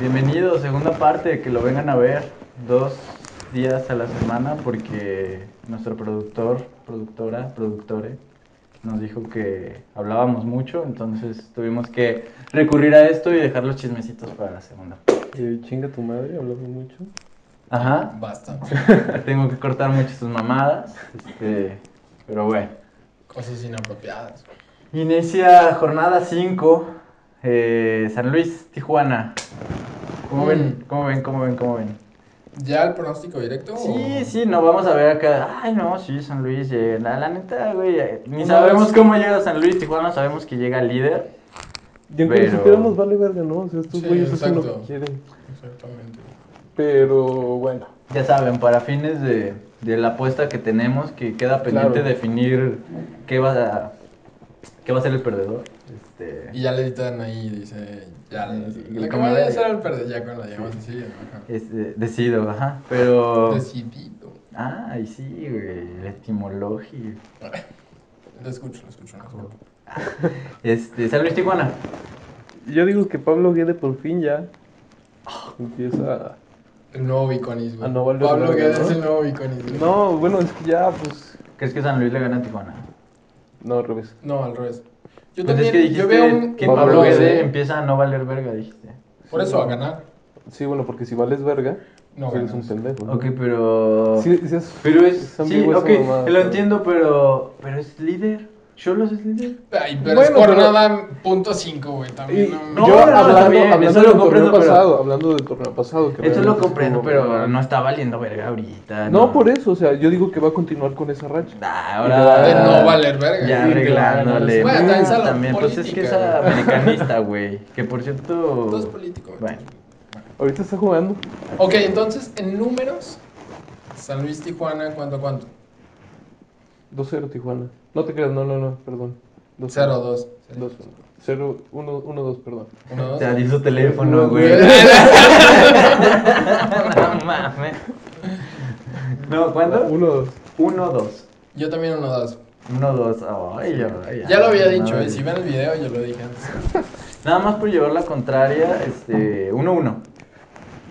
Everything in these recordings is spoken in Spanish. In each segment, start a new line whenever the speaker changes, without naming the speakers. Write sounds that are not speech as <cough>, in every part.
Bienvenido, segunda parte, que lo vengan a ver dos días a la semana porque nuestro productor, productora, productore nos dijo que hablábamos mucho, entonces tuvimos que recurrir a esto y dejar los chismecitos para la segunda.
Eh, chinga tu madre, hablamos mucho.
Ajá,
Basta.
<laughs> tengo que cortar mucho sus mamadas, este, pero bueno.
Cosas inapropiadas.
Inicia jornada 5, San Luis, Tijuana. ¿Cómo ven? ¿Cómo ven? ¿Cómo ven? ¿Cómo ven?
¿Ya el pronóstico directo?
Sí, sí, no vamos a ver acá. Ay, no, sí, San Luis llega. La, la neta, güey. eh, Ni
No,
sabemos
sí.
cómo llega San Luis. Tijuana sabemos que llega líder.
Y aunque
Pero-
lo supiéramos, vale verga, ¿no? O sea, estos
Sí,
güeyes hacen lo
exacto.
que quieren.
Exactamente.
Pero bueno,
Ya saben, para fines de, de la apuesta que tenemos, que queda pendiente
Claro.
definir qué va a, qué va a ser el perdedor. Este,
Y ya le editan ahí, dice. Ya le
Y
editan.
como
Como
de-
debe ser el perder ya con la llamada sencilla. ajá.
este, decido, ajá. Pero.
Decidido.
Ay, sí, güey. La etimología.
Lo escucho, lo escucho. no se preocupe.
Este, San Luis, Tijuana.
yo digo que Pablo Guede por fin ya empieza a...
El nuevo Viconismo.
Ah, no, vale,
Pablo
vale,
Guedes
¿no?
es el nuevo Viconismo.
No, bueno, es que ya, pues...
¿Crees que San Luis le gana a Tijuana?
No, al revés.
No, al revés.
Pues
Yo
es
también.
que dijiste
yo veo un.
que
un
Pablo
Pablo
Guede
Guede.
empieza a no valer verga, dijiste.
Por eso a ganar.
Sí, bueno, porque si vales verga,
No,
pues eres
ganas.
un pendejo. ¿no?
Ok, pero...
Sí, sí es-
pero es... Sí,
ambigua esa
ok,
mamada,
lo
pero-
entiendo, pero... Pero es líder. ¿Cholos es líder?
Ay, pero es
Bueno, pero-
jornada punto cinco, güey. También.
Y
no,
no, no,
yo
no,
hablando,
está bien,
hablando
eso lo
del
comprendo,
torneo
pero-
pasado, hablando del torneo pasado. que
Esto lo
realmente
comprendo,
estuvo-
pero no está valiendo verga ahorita.
No, por eso, o sea, yo digo que va a continuar con esa racha.
Ah,
De
ahora...
no valer verga.
Ya
Sí,
arreglándole.
Bueno,
Mm,
también es algo
también, pues es
política,
que es a-
güey.
americanista, güey. Que por
Todo es
cierto...
político, güey.
Bueno.
Ahorita está jugando
Ok, entonces en números, San Luis Tijuana, ¿cuánto, cuánto?
2-0 Tijuana. No te creas, no, no, no, perdón.
0, 2.
2-1. 0, 1, 1, 2, perdón.
1, 2.
Te di su teléfono,
No,
güey. <laughs>
güey.
No mames. No, ¿cuándo?
1, 2.
Uno, dos.
Yo también 1, 2.
Uno, dos. Ay, ay,
Ya lo había
ay.
dicho, eh, si ven el video yo lo dije antes.
Nada más por llevar la contraria, este, 1-1.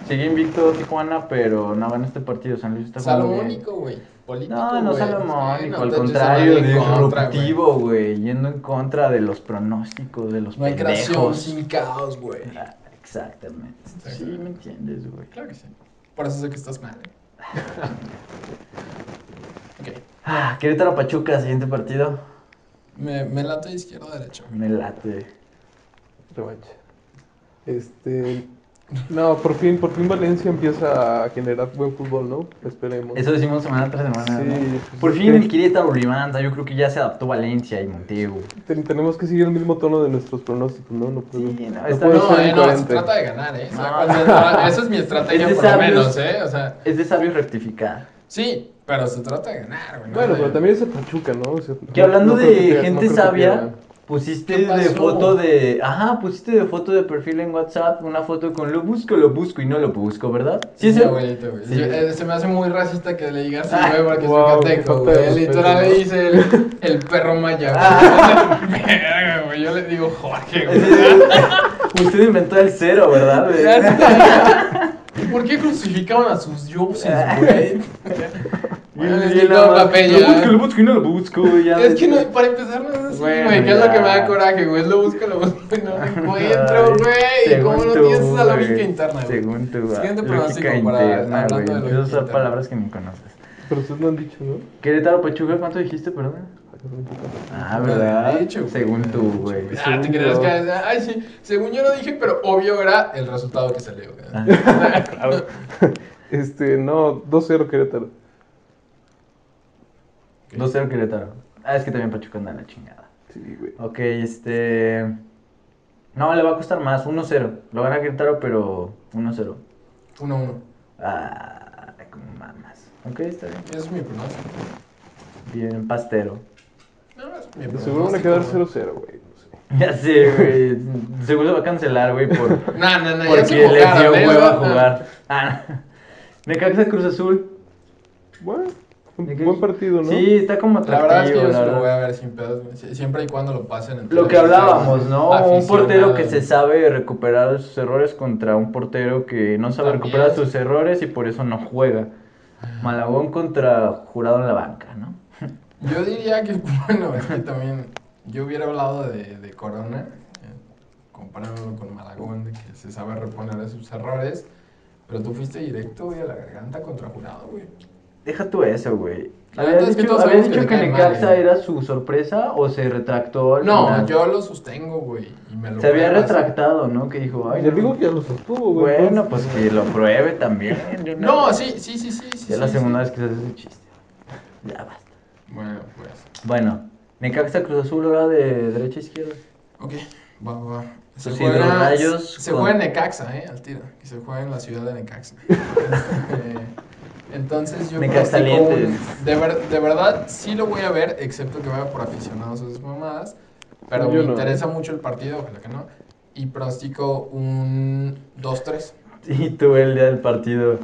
Sigue invicto Tijuana, pero no gana este partido. San Luis está jugando bien.
Salomónico, güey. Político,
No, no
güey.
salomónico,
Sí,
al
te eches a
contrario,
nadie en contra, güey.
disruptivo, güey. Yendo en contra de los pronósticos, de los
No hay creación
pendejos.
sin caos, güey.
Ah, Exactamente. Sí,
Exactamente.
me entiendes, güey.
Claro que sí. Por eso sé que estás mal. eh. <laughs> ok.
Ah, Querétaro Pachuca, siguiente partido.
Me, me lato izquierdo o derecho.
Me late.
Revancha. Este. No, por fin, por fin Valencia empieza a generar buen fútbol, ¿no? Esperemos.
Eso decimos semana tras semana.
Sí,
¿no?
pues
Por
es
fin
que-
el Querétaro levanta. Yo creo que ya se adaptó Valencia y Montego.
Ten- tenemos que seguir el mismo tono de nuestros pronósticos, ¿no? No puedo.
Sí, no,
no
está
puedo
bien.
ser
No, eh, no, se
incoherente.
trata de ganar, ¿eh? O sea,
No.
¿cuál es el plan? esa es mi
Es
estrategia,
de
por lo
sabios.
menos, ¿eh? O sea,
Es de sabio rectificar.
sí, pero se trata de ganar, güey. ¿no?
Bueno,
De-
pero también es el Pachuca, ¿no? O sea,
Que
no-
hablando
no creo que
de
pierda- no
gente
creo que
sabia,
pierda.
pusiste
¿Qué
de
pasó?
foto de. Ajá, pusiste de foto de perfil en WhatsApp una foto con lo busco, lo busco y no lo busco, ¿verdad? Sí, sí.
Mi abuelito, güey.
Sí.
Yo- eh, se me hace muy racista que le digas
Ah,
así, güey, porque
wow,
es
qué falta
yucateco, güey.
de
Él Literal
respeto,
le
¿no?
dice el, el perro maya, güey.
Ah.
<laughs> Verga, güey. Yo le digo Jorge, güey.
<laughs> Usted inventó el cero, ¿verdad?
Ya <laughs> está. ¿Por qué crucificaban a sus dioses,
Ah,
güey? <laughs> Bueno, les
Y
quitaba
la-
la pella.
Lo busco, lo busco y no lo busco. ya
Es
ves.
que no, para empezar no es así,
Bueno,
güey, que es lo que me
ya.
da coraje, güey, lo busco, lo busco y no lo
Ay,
encuentro, güey, y
según
cómo no
tú,
tienes esa lógica
güey.
interna, güey.
Según tu
Siguiente pronóstico
lógica
para-
interna,
hablando
güey.
de lógica
Esas son
interna.
palabras que ni conoces.
Pero ustedes no han dicho, ¿no?
Querétaro, Pachuca, ¿cuánto dijiste, perdón?
Ah, cabrón, qué tal.
Ah,
No lo
¿verdad?
he dicho, güey.
Según tú, güey.
Ah, te
Según
creas
yo.
que, ay, sí, según yo lo dije, pero obvio era el resultado que salió, güey.
Ah.
Claro. Este, no, 2-0 Querétaro.
2-0 Querétaro. Ah, es que también Pachuca anda a la chingada.
Sí, güey.
Ok, este. No, le va a costar más. 1-0. Lo gana Querétaro, pero 1-0.
1-1.
Ah, como mamas. Ok, está bien.
Ese es mi pronóstico.
Bien, pastero. <laughs>
No, es mi
De
Pues
pronóstico,
seguro van a quedar
güey.
0-0, güey. No sé.
Ya sé, güey. Seguro se va a cancelar, güey,
<laughs>
por.
No, no, no, ya se
Porque le dio
mojaron, ¿eh?
hueva a <laughs>
No, no.
jugar. Ah, no. Necaxa Cruz Azul.
Bueno, Un
¿De qué?
buen partido, ¿no?
Sí, está como
La verdad es que
atractivo,
yo
la
se lo voy
verdad.
a ver sin pedos, güey. Sie- Siempre y cuando lo pasen en
Lo que
televisión,
hablábamos, ¿no? Un
aficionado.
portero que se sabe recuperar sus errores contra un portero que no sabe
También.
recuperar sus errores y por eso no juega. Malagón contra Jurado en la banca, ¿no?
Yo diría que, <laughs> bueno, es que también yo hubiera hablado de, de Corona, eh, comparándolo con Malagón, de que se sabe reponer de sus errores, pero tú fuiste directo, güey, a la garganta contra jurado, güey.
Deja tú eso, güey.
La neta
¿Habías
es que
dicho,
todos
habías
sabemos
dicho que
que le cae mal,
Necaxa
güey.
era su sorpresa o se retractó? al
No,
final?
yo lo sostengo, güey, y me lo
Se había
pruebas.
retractado, ¿no? Que dijo, ay,
Le
no.
digo que ya lo sostuvo, güey.
Bueno, pues que lo pruebe también. yo
No, sí, sí, sí, sí. sí
Ya es la
sí,
segunda vez que se hace ese chiste. Ya basta.
sí. Bueno, pues,
Bueno, Necaxa Cruz Azul ahora de derecha a izquierda.
ok, va, va, va. Se
Pues sí,
juega,
los Rayos
se
con-
juega en Necaxa, eh, al tiro, que se juega en la ciudad de
<laughs>
Necaxa. Eh, Entonces yo pronostico
Necaxtalientes.
un- de, ver- de verdad sí lo voy a ver, excepto que vaya por aficionados a esas mamadas, pero
No,
me
yo no.
interesa mucho el partido, ojalá que no, y pronostico un 2-3.
Y tú el día del partido.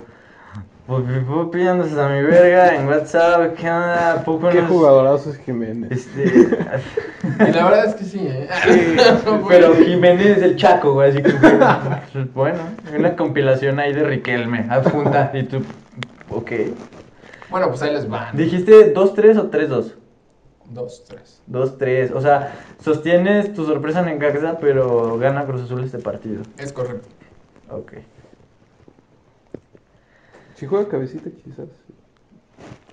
Pues, Pupi pupi, andas a mi verga en WhatsApp, ¿qué onda? pues ¿A poco
Qué
nos-
jugadorazo es Jiménez.
Este.
Y la verdad es que sí, eh.
<laughs> Sí,
<laughs> No, güey.
pero Jiménez es el Chaco, güey, así que pues, bueno, una compilación ahí de Riquelme, adjunta, y tú, ok.
Bueno, pues ahí les van.
¿Dijiste 2-3 o 3-2?
2-3.
2-3, o sea, sostienes tu sorpresa en Necaxa, pero gana Cruz Azul este partido,
Es correcto.
ok.
Si juega cabecita, quizás.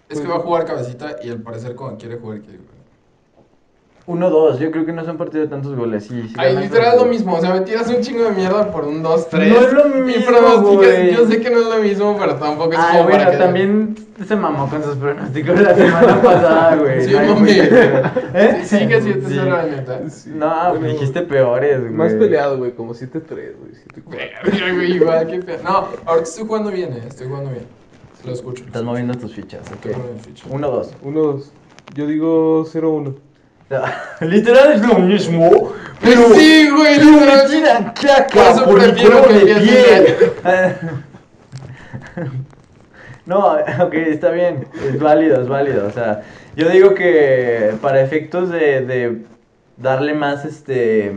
Pues
Es que va a jugar cabecita y al parecer cuando quiere jugar quiere jugar.
1-2, yo creo que no son partidos de tantos goles, sí. sí
Ay,
gana
literal es
Cruz
lo
Azul.
mismo, o sea, me tiras un chingo de mierda por un 2-3.
No es lo
Y
mismo,
pronosticas-
güey.
yo sé que no es lo mismo, pero tampoco es
Ah,
como para
bueno,
que-
también se mamó con sus pronósticos la
<laughs>
semana pasada, güey.
Sí,
No hay
mami.
mucho que ver. ¿Eh?
Sí, sí, que
Sí.
7-0 la neta.
No, pues
bueno,
dijiste peores, güey.
Más peleado, güey, como 7-3, güey. 7-4.
Verga, güey, igual, qué pedo. No, ahorita estoy jugando bien, eh, estoy jugando bien. Lo escucho.
Estás moviendo tus fichas, ok.
Estoy jugando bien, ficha.
1-2.
Uno, dos. Yo digo 0-1.
<laughs> Literal es lo mismo,
Pues
pero.
sí, güey,
pero
literal.
me tiran
Por
caca
eso
por mi
prefiero
color
que
de
empieces
piel. <laughs> No, <laughs> ok, está bien. Es válido, es válido. O sea, yo digo que para efectos de, de darle más este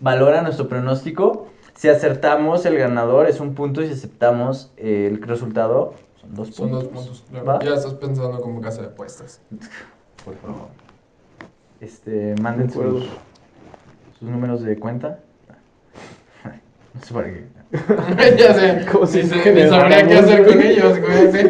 valor a nuestro pronóstico, si acertamos el ganador es un punto y si aceptamos el resultado son dos
Son
puntos.
dos puntos. claro.
¿Va?
Ya estás pensando como casa de apuestas.
Por favor. Este, manden
De acuerdo.
sus, sus números de cuenta. <laughs> No sé para qué.
<laughs> ya sé.
Como
ni
si
sé-
se
ni sabría
generaran
qué hacer
un-
con ellos,
<laughs>
güey. sí.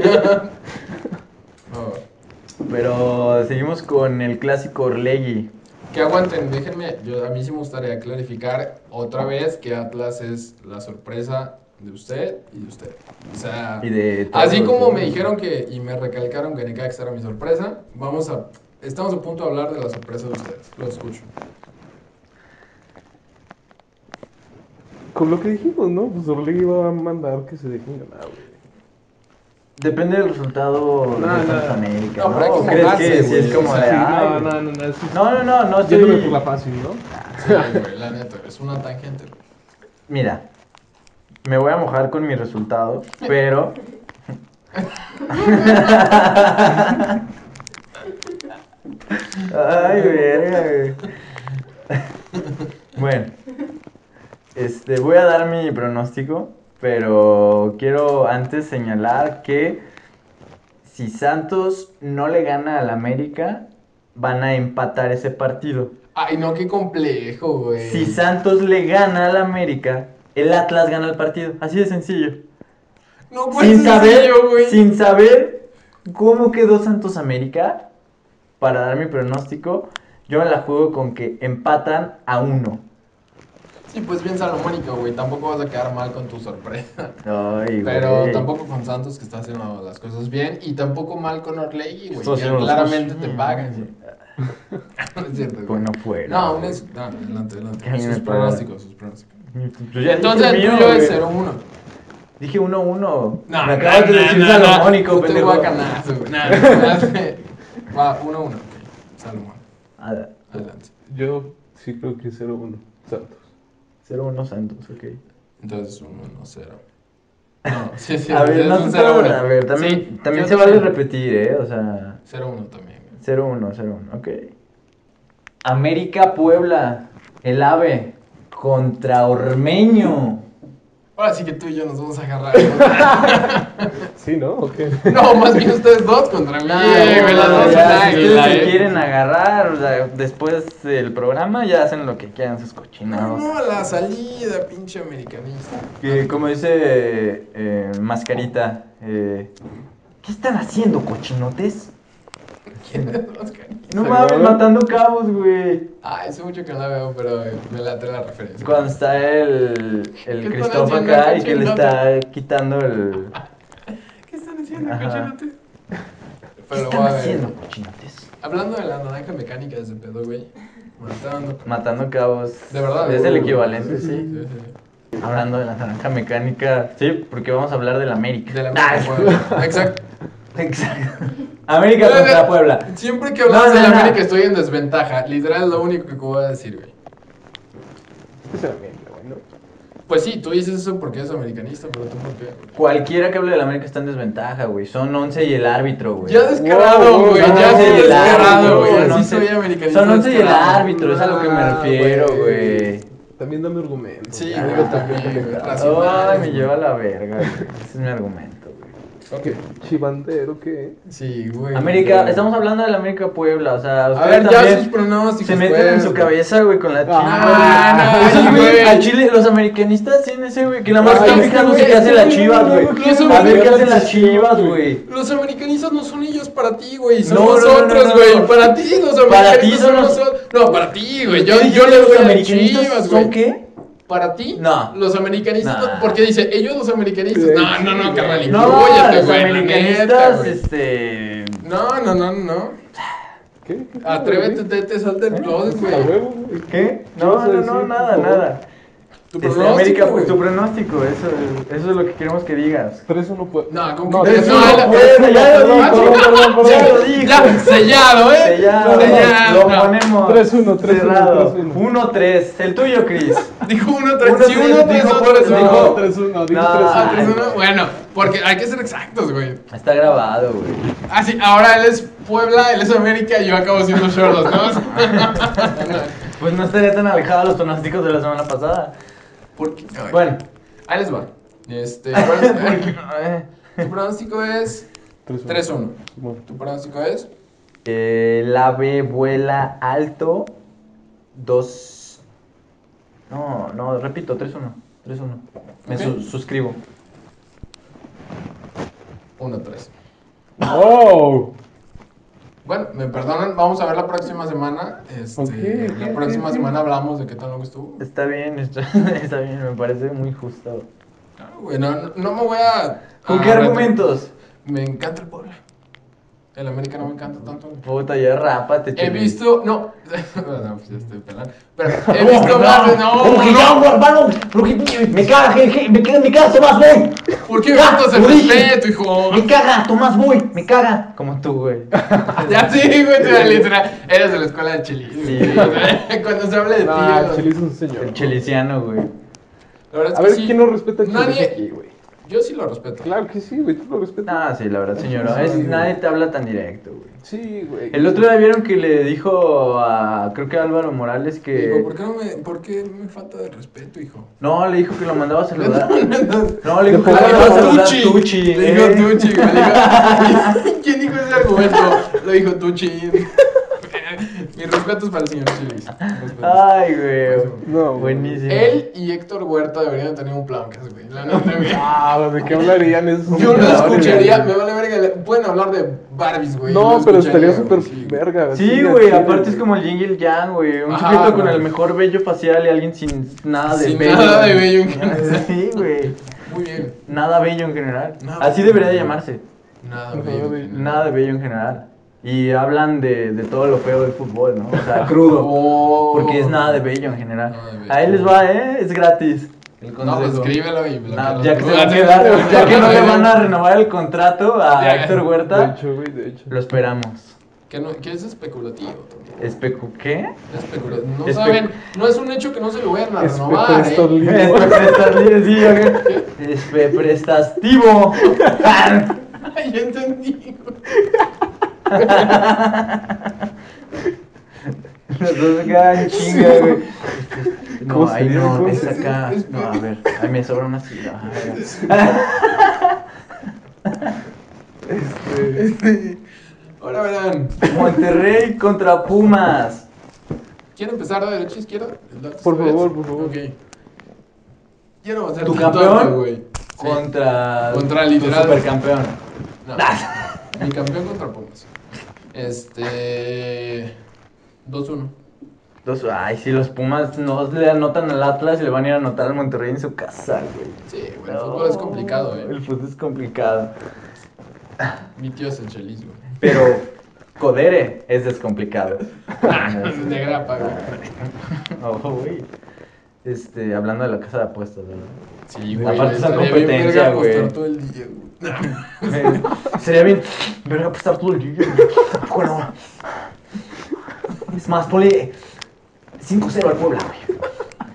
No.
Pero seguimos con el clásico Orlegui.
Que aguanten, déjenme, yo, a mí sí me gustaría clarificar otra vez que Atlas es la sorpresa de usted y de usted. O sea,
Y de todos
así
los-
como me dijeron que, y me recalcaron que Necaxa era mi sorpresa, vamos a, estamos a punto de hablar de la sorpresa de ustedes. Lo escucho.
Con lo que dijimos, ¿no? Pues Orlegui va a mandar que se dejen ganar, güey.
Depende del resultado de
No, no.
Copa América.
No, pero hay que
¿O crees
mojarse,
que si
güey,
es como
o sea,
de,
Sí,
ay,
no, no, no, no. sí, sí.
No, no, no, no
Yéndome por
estoy.
la fácil, ¿no?
<laughs>
Sí, güey, la neta, es una tangente.
Mira, me voy a mojar con mi resultado, pero. Ay, verga, güey. Bueno, este, voy a dar mi pronóstico, pero quiero antes señalar que si Santos no le gana al América, van a empatar ese partido.
Ay, no, qué complejo, güey.
Si Santos le gana al América, el Atlas gana el partido. Así de sencillo.
no,
sin, saber,
sencillo, güey.
sin saber cómo quedó Santos América, para dar mi pronóstico, yo me la juego con que empatan a uno.
Sí, pues bien salomónico, güey. Tampoco vas a quedar mal con tu sorpresa.
Ay,
Pero
güey.
tampoco con Santos que está haciendo las cosas bien y tampoco mal con Orlegi, güey.
Está
que
haciendo las
claramente
cosas
te
bien.
pagan. güey. <laughs> no es cierto, güey.
Bueno, fuera.
No, un es... no, adelante,
Que a mí
adelante.
me
Sus
pagan.
pronósticos, sus pronósticos.
Yo ya
Entonces
dije
el
mío,
tuyo es
güey.
0-1.
Dije 1-1.
No,
me acabas de decir salomónico,
No te
pendejo.
guacanazo, <laughs> güey. No, no, Va, 1-1. ok. Salomón,
A ver,
adelante.
Yo sí creo que 0-1. Santos.
0-1 Santos, ok.
Entonces 1-1-0. No, sí, sí.
a ver,
es
no
un
se preocupen,
0-1.
a ver, también,
Sí,
también
yo
se
sí
vale
sé.
repetir, ¿eh? O sea,
0-1 también. güey.
0-1, 0-1, ok. América Puebla, el AVE contra Ormeño.
Ahora sí que tú y yo nos vamos a agarrar.
Sí, ¿no? <laughs> ¿O qué?
<laughs> No, más bien ustedes dos contra mí.
Ay,
güey, las
no,
dos
ya,
son
si ustedes
águila,
se
eh.
quieren agarrar o sea, después del programa, ya hacen lo que quieran sus
No,
cochinados.
no, la salida, pinche americanista.
Que como dice eh, eh, Mascarita, eh, ¿qué están haciendo, cochinotes?
¿Quién es Mascarita?
No
Se
mames,
mueven.
matando cabos, güey.
Ah, hace mucho que no la veo, pero eh, me late la referencia.
Cuando está el, el
¿Qué
Cristóbal
están haciendo, Ah,
acá y que le está
cochinotes?
quitando el...
¿Qué están haciendo,
Ajá.
cochinotes?
¿Qué
Pero
están
voy a ver.
haciendo, cochinotes?
Hablando de la naranja mecánica de ese pedo, güey. Matando.
Matando cabos.
De verdad.
Es el
güey.
equivalente, sí.
sí, sí.
Hablando de la naranja mecánica, sí, porque vamos a hablar del América.
De la América.
Ah, <laughs>
güey. Exacto.
Exacto. América contra Puebla.
Siempre que hablamos
No, no,
de la
no.
América estoy en desventaja. Literal es lo único que voy a decir, güey.
Es la mierda, güey, ¿no?
Pues sí, tú dices eso porque eres americanista, pero tú por qué.
Cualquiera que hable del América está en desventaja, güey. Son 11 y el árbitro, güey.
Ya descarado,
Wow, wow,
güey.
Son
ya
11
soy
y el
descarado,
árbitro,
güey.
son
Así
11
soy americanista.
Son 11 y el
descarado.
árbitro, es a lo que me
Ah,
refiero,
güey.
güey.
También dame argumentos.
Sí,
Ya,
güey, también, güey.
pendejada.
Racional,
Ay, me
güey.
lleva a la verga, güey. Ese es mi argumento, güey.
¿Qué? ¿Chivandero qué?
Sí, güey.
América, estamos hablando del América Puebla, o sea,
A
ustedes
ver, ya sus
también
pronósticos.
se meten en
pues,
su
güey.
cabeza, güey, con la
Ah,
chingada.
no, sí, güey.
Al Chile, los americanistas tienen ese, güey, que nada más
Ay,
están
es que,
fijándose
güey,
qué hacen las
no,
chivas,
no,
güey.
no, eso
A ver
no
qué hacen
es
las chivas, güey.
Los americanistas no son ellos para ti, güey. Son
No, no, no,
nosotros,
no,
güey.
no.
Para ti, los
Para
americanistas
ti
son
son los-
nosotros. No, para ti, güey. Yo,
¿Qué
yo
dicen
le
los
voy a las
americanistas
chivas,
son
güey.
qué?
¿Para ti?
No.
Los americanistas,
No.
porque dice, ellos los americanistas.
Sí,
No, no, no,
sí,
carnal,
No,
incluyete,
los
güey. la neta,
americanistas,
güey.
este.
No, no, no, no.
¿Qué? ¿Qué?
Atrévete, te, te salta el closet,
pues, A
güey.
huevo, güey.
¿Qué?
¿Qué
No,
vas a
no,
decir,
no,
por
nada,
favor?
nada.
Tu
Este,
pronóstico,
América,
güey.
tu pronóstico, eso, es- eso es lo que queremos que digas.
Pero eso no puede.
No, ¿cómo
No,
que
pero
crees?
eso
No,
no
la-
puede,
ya lo
perdón,
dijo,
perdón, perdón,
ya lo
perdón.
dijo.
Ya, sellado, ¿eh?
Sellado,
Sellado.
Este, lo ponemos.
3-1, 3-1,
cerrado.
3-1.
1-3, el tuyo, Chris.
Dijo uno, tres,
Uno,
sí, uno,
tres,
tres,
dijo,
otro, tres,
no.
dijo.
No, 3-1, digo
No.
3-1.
Ah, tres, uno. Bueno, porque hay que ser exactos, güey.
Está grabado, güey.
Ah, sí, ahora él es Puebla, él es América y yo acabo siendo Shordos, ¿no?
Pues no estaría tan alejado de los pronósticos de la semana pasada.
<laughs> ¿Por qué? Bueno,
Bueno, <laughs>
ahí les va. Este,
porque, eh,
tu pronóstico es 3-1.
Bueno,
Tu pronóstico es
el ave eh, vuela alto. 2. No, no, repito, 3-1. 3-1. Me
Ok.
su- suscribo.
1-3.
¡Oh!
Bueno, me perdonan, vamos a ver la próxima semana. Este,
Ok,
la
ok,
próxima
ok.
semana hablamos de qué tan loco estuvo.
Está bien, <laughs> está, está bien, me parece muy justo.
Ah, güey, no, no- no me voy a.
¿Con
a
qué
retra-
argumentos?
Me encanta el Puebla. El América no me encanta tanto.
Puta, ya rápate,
He
Chile.
visto. No. <laughs> no, pues ya estoy pelando.
<laughs>
Pero he visto más. No,
Porque
no.
ya, hermano, lo que- me caga, je- je- me quedo en mi casa, Tomás Boy.
¿Por qué
Ya,
faltas
<laughs>
el
lo dije.
respeto, hijo?
Me caga, Tomás Boy, me caga. Como tú, güey.
Ya sí, güey, te da literal. Eres de la escuela de Chelis.
Sí.
<laughs> güey. Cuando se habla de ti.
Ah,
güey.
Chelis es un señor.
El cheliciano, güey.
La verdad es
A
que
ver,
sí.
¿quién no respeta a Chelis
Nadie-
aquí, güey?
Yo sí lo respeto.
Claro que sí, güey, tú lo respetas.
Ah, sí, la verdad, señora. es- nadie te habla tan directo, güey.
Sí, güey.
El otro día vieron que le dijo a, creo que a Álvaro Morales
Digo, ¿por
que...
qué, no me, ¿por qué me falta de respeto, hijo?
No, le dijo que lo mandaba a saludar.
Le
No, le dijo que lo
Ah,
mandaba a
no,
saludar
Tucci.
Tucci.
digo
eh.
Tucci, güey.
<laughs>
le digo- ¿Quién dijo ese argumento? Lo dijo Tucci. Mis respetos para el señor Chelis. Respetos.
Ah,
Ay, güey.
No, güey.
Buenísimo.
Él y Héctor Huerta deberían tener un plan, güey. La
<laughs>
neta, güey.
Ah, ¿de qué hablarían esos
Yo no
Hombre,
señores?
escucharía, me vale verga. Pueden hablar de Barbies, güey.
No,
lo
pero
escucharía,
estaría súper
güey, sí.
verga.
Sí, güey, aparte es como el yin y el yang, güey. Un
Ajá,
sujeto con
güey.
el mejor vello facial y alguien sin nada de
Sin
vello.
nada de
güey. <laughs>
vello en general.
Sí, güey.
Muy bien.
Nada bello en general.
Nada.
Así debería de llamarse.
Nada,
Nada,
bello.
güey.
Nada de bello en general. Y hablan de, de todo lo feo del fútbol, ¿no? O
<laughs>
sea, crudo.
Oh.
Porque es nada de bello en general.
Nada de bello.
Ahí les va, ¿eh? Es gratis. El
No, pues
consejo.
escríbelo y me lo
Nah, <laughs>
quedo.
ya, que se va a quedar- ya que no le van a renovar el contrato a
Ya.
Héctor
De
Huerta,
hecho, güey, de hecho.
lo esperamos.
Que, no, que es especulativo también.
¿Especu qué?
Especula- No
Espe-
saben, no es un hecho que no se lo vayan a renovar. ¿eh?
Especulativo.
Espe prestativo.
<laughs> Ay, ya entendí.
Los dos se quedan chinga, güey.
¿Cómo
No,
se
ahí
llama?
no,
¿Cómo
es
se
acá.
dice?
No, a ver, ahí me sobra una
<laughs>
silla. a ver.
Este,
Ahora verán.
Monterrey contra Pumas.
¿Quieren empezar de derecha a izquierda? El dato
Por
está
favor,
bien.
por favor.
Ok. Quiero hacer
¿Tu
mi
campeón?
torta, güey. Sí.
Contra.
Contra
tu
literal.
Supercampeón.
No.
Ah.
Mi campeón contra Pumas. Este. 2-1.
Dos- ay, si los Pumas no le anotan al Atlas, le van a ir a anotar al Monterrey en su casa, güey.
Sí, güey. El fútbol es complicado, eh.
El fútbol es complicado.
Mi tío es el chelis, güey.
Pero Codere es
<laughs>
descomplicado.
De grapa, güey.
<laughs> Oh, güey. Este, hablando de la casa de apuestas, ¿verdad?
Sí, güey.
Aparte esa
estaría bien
competencia,
verga apostar
güey.
todo el día, güey.
Eh, Sería bien. Verga, apostar todo el día. güey. Tampoco no. Es más, ponle 5-0 al Puebla, güey.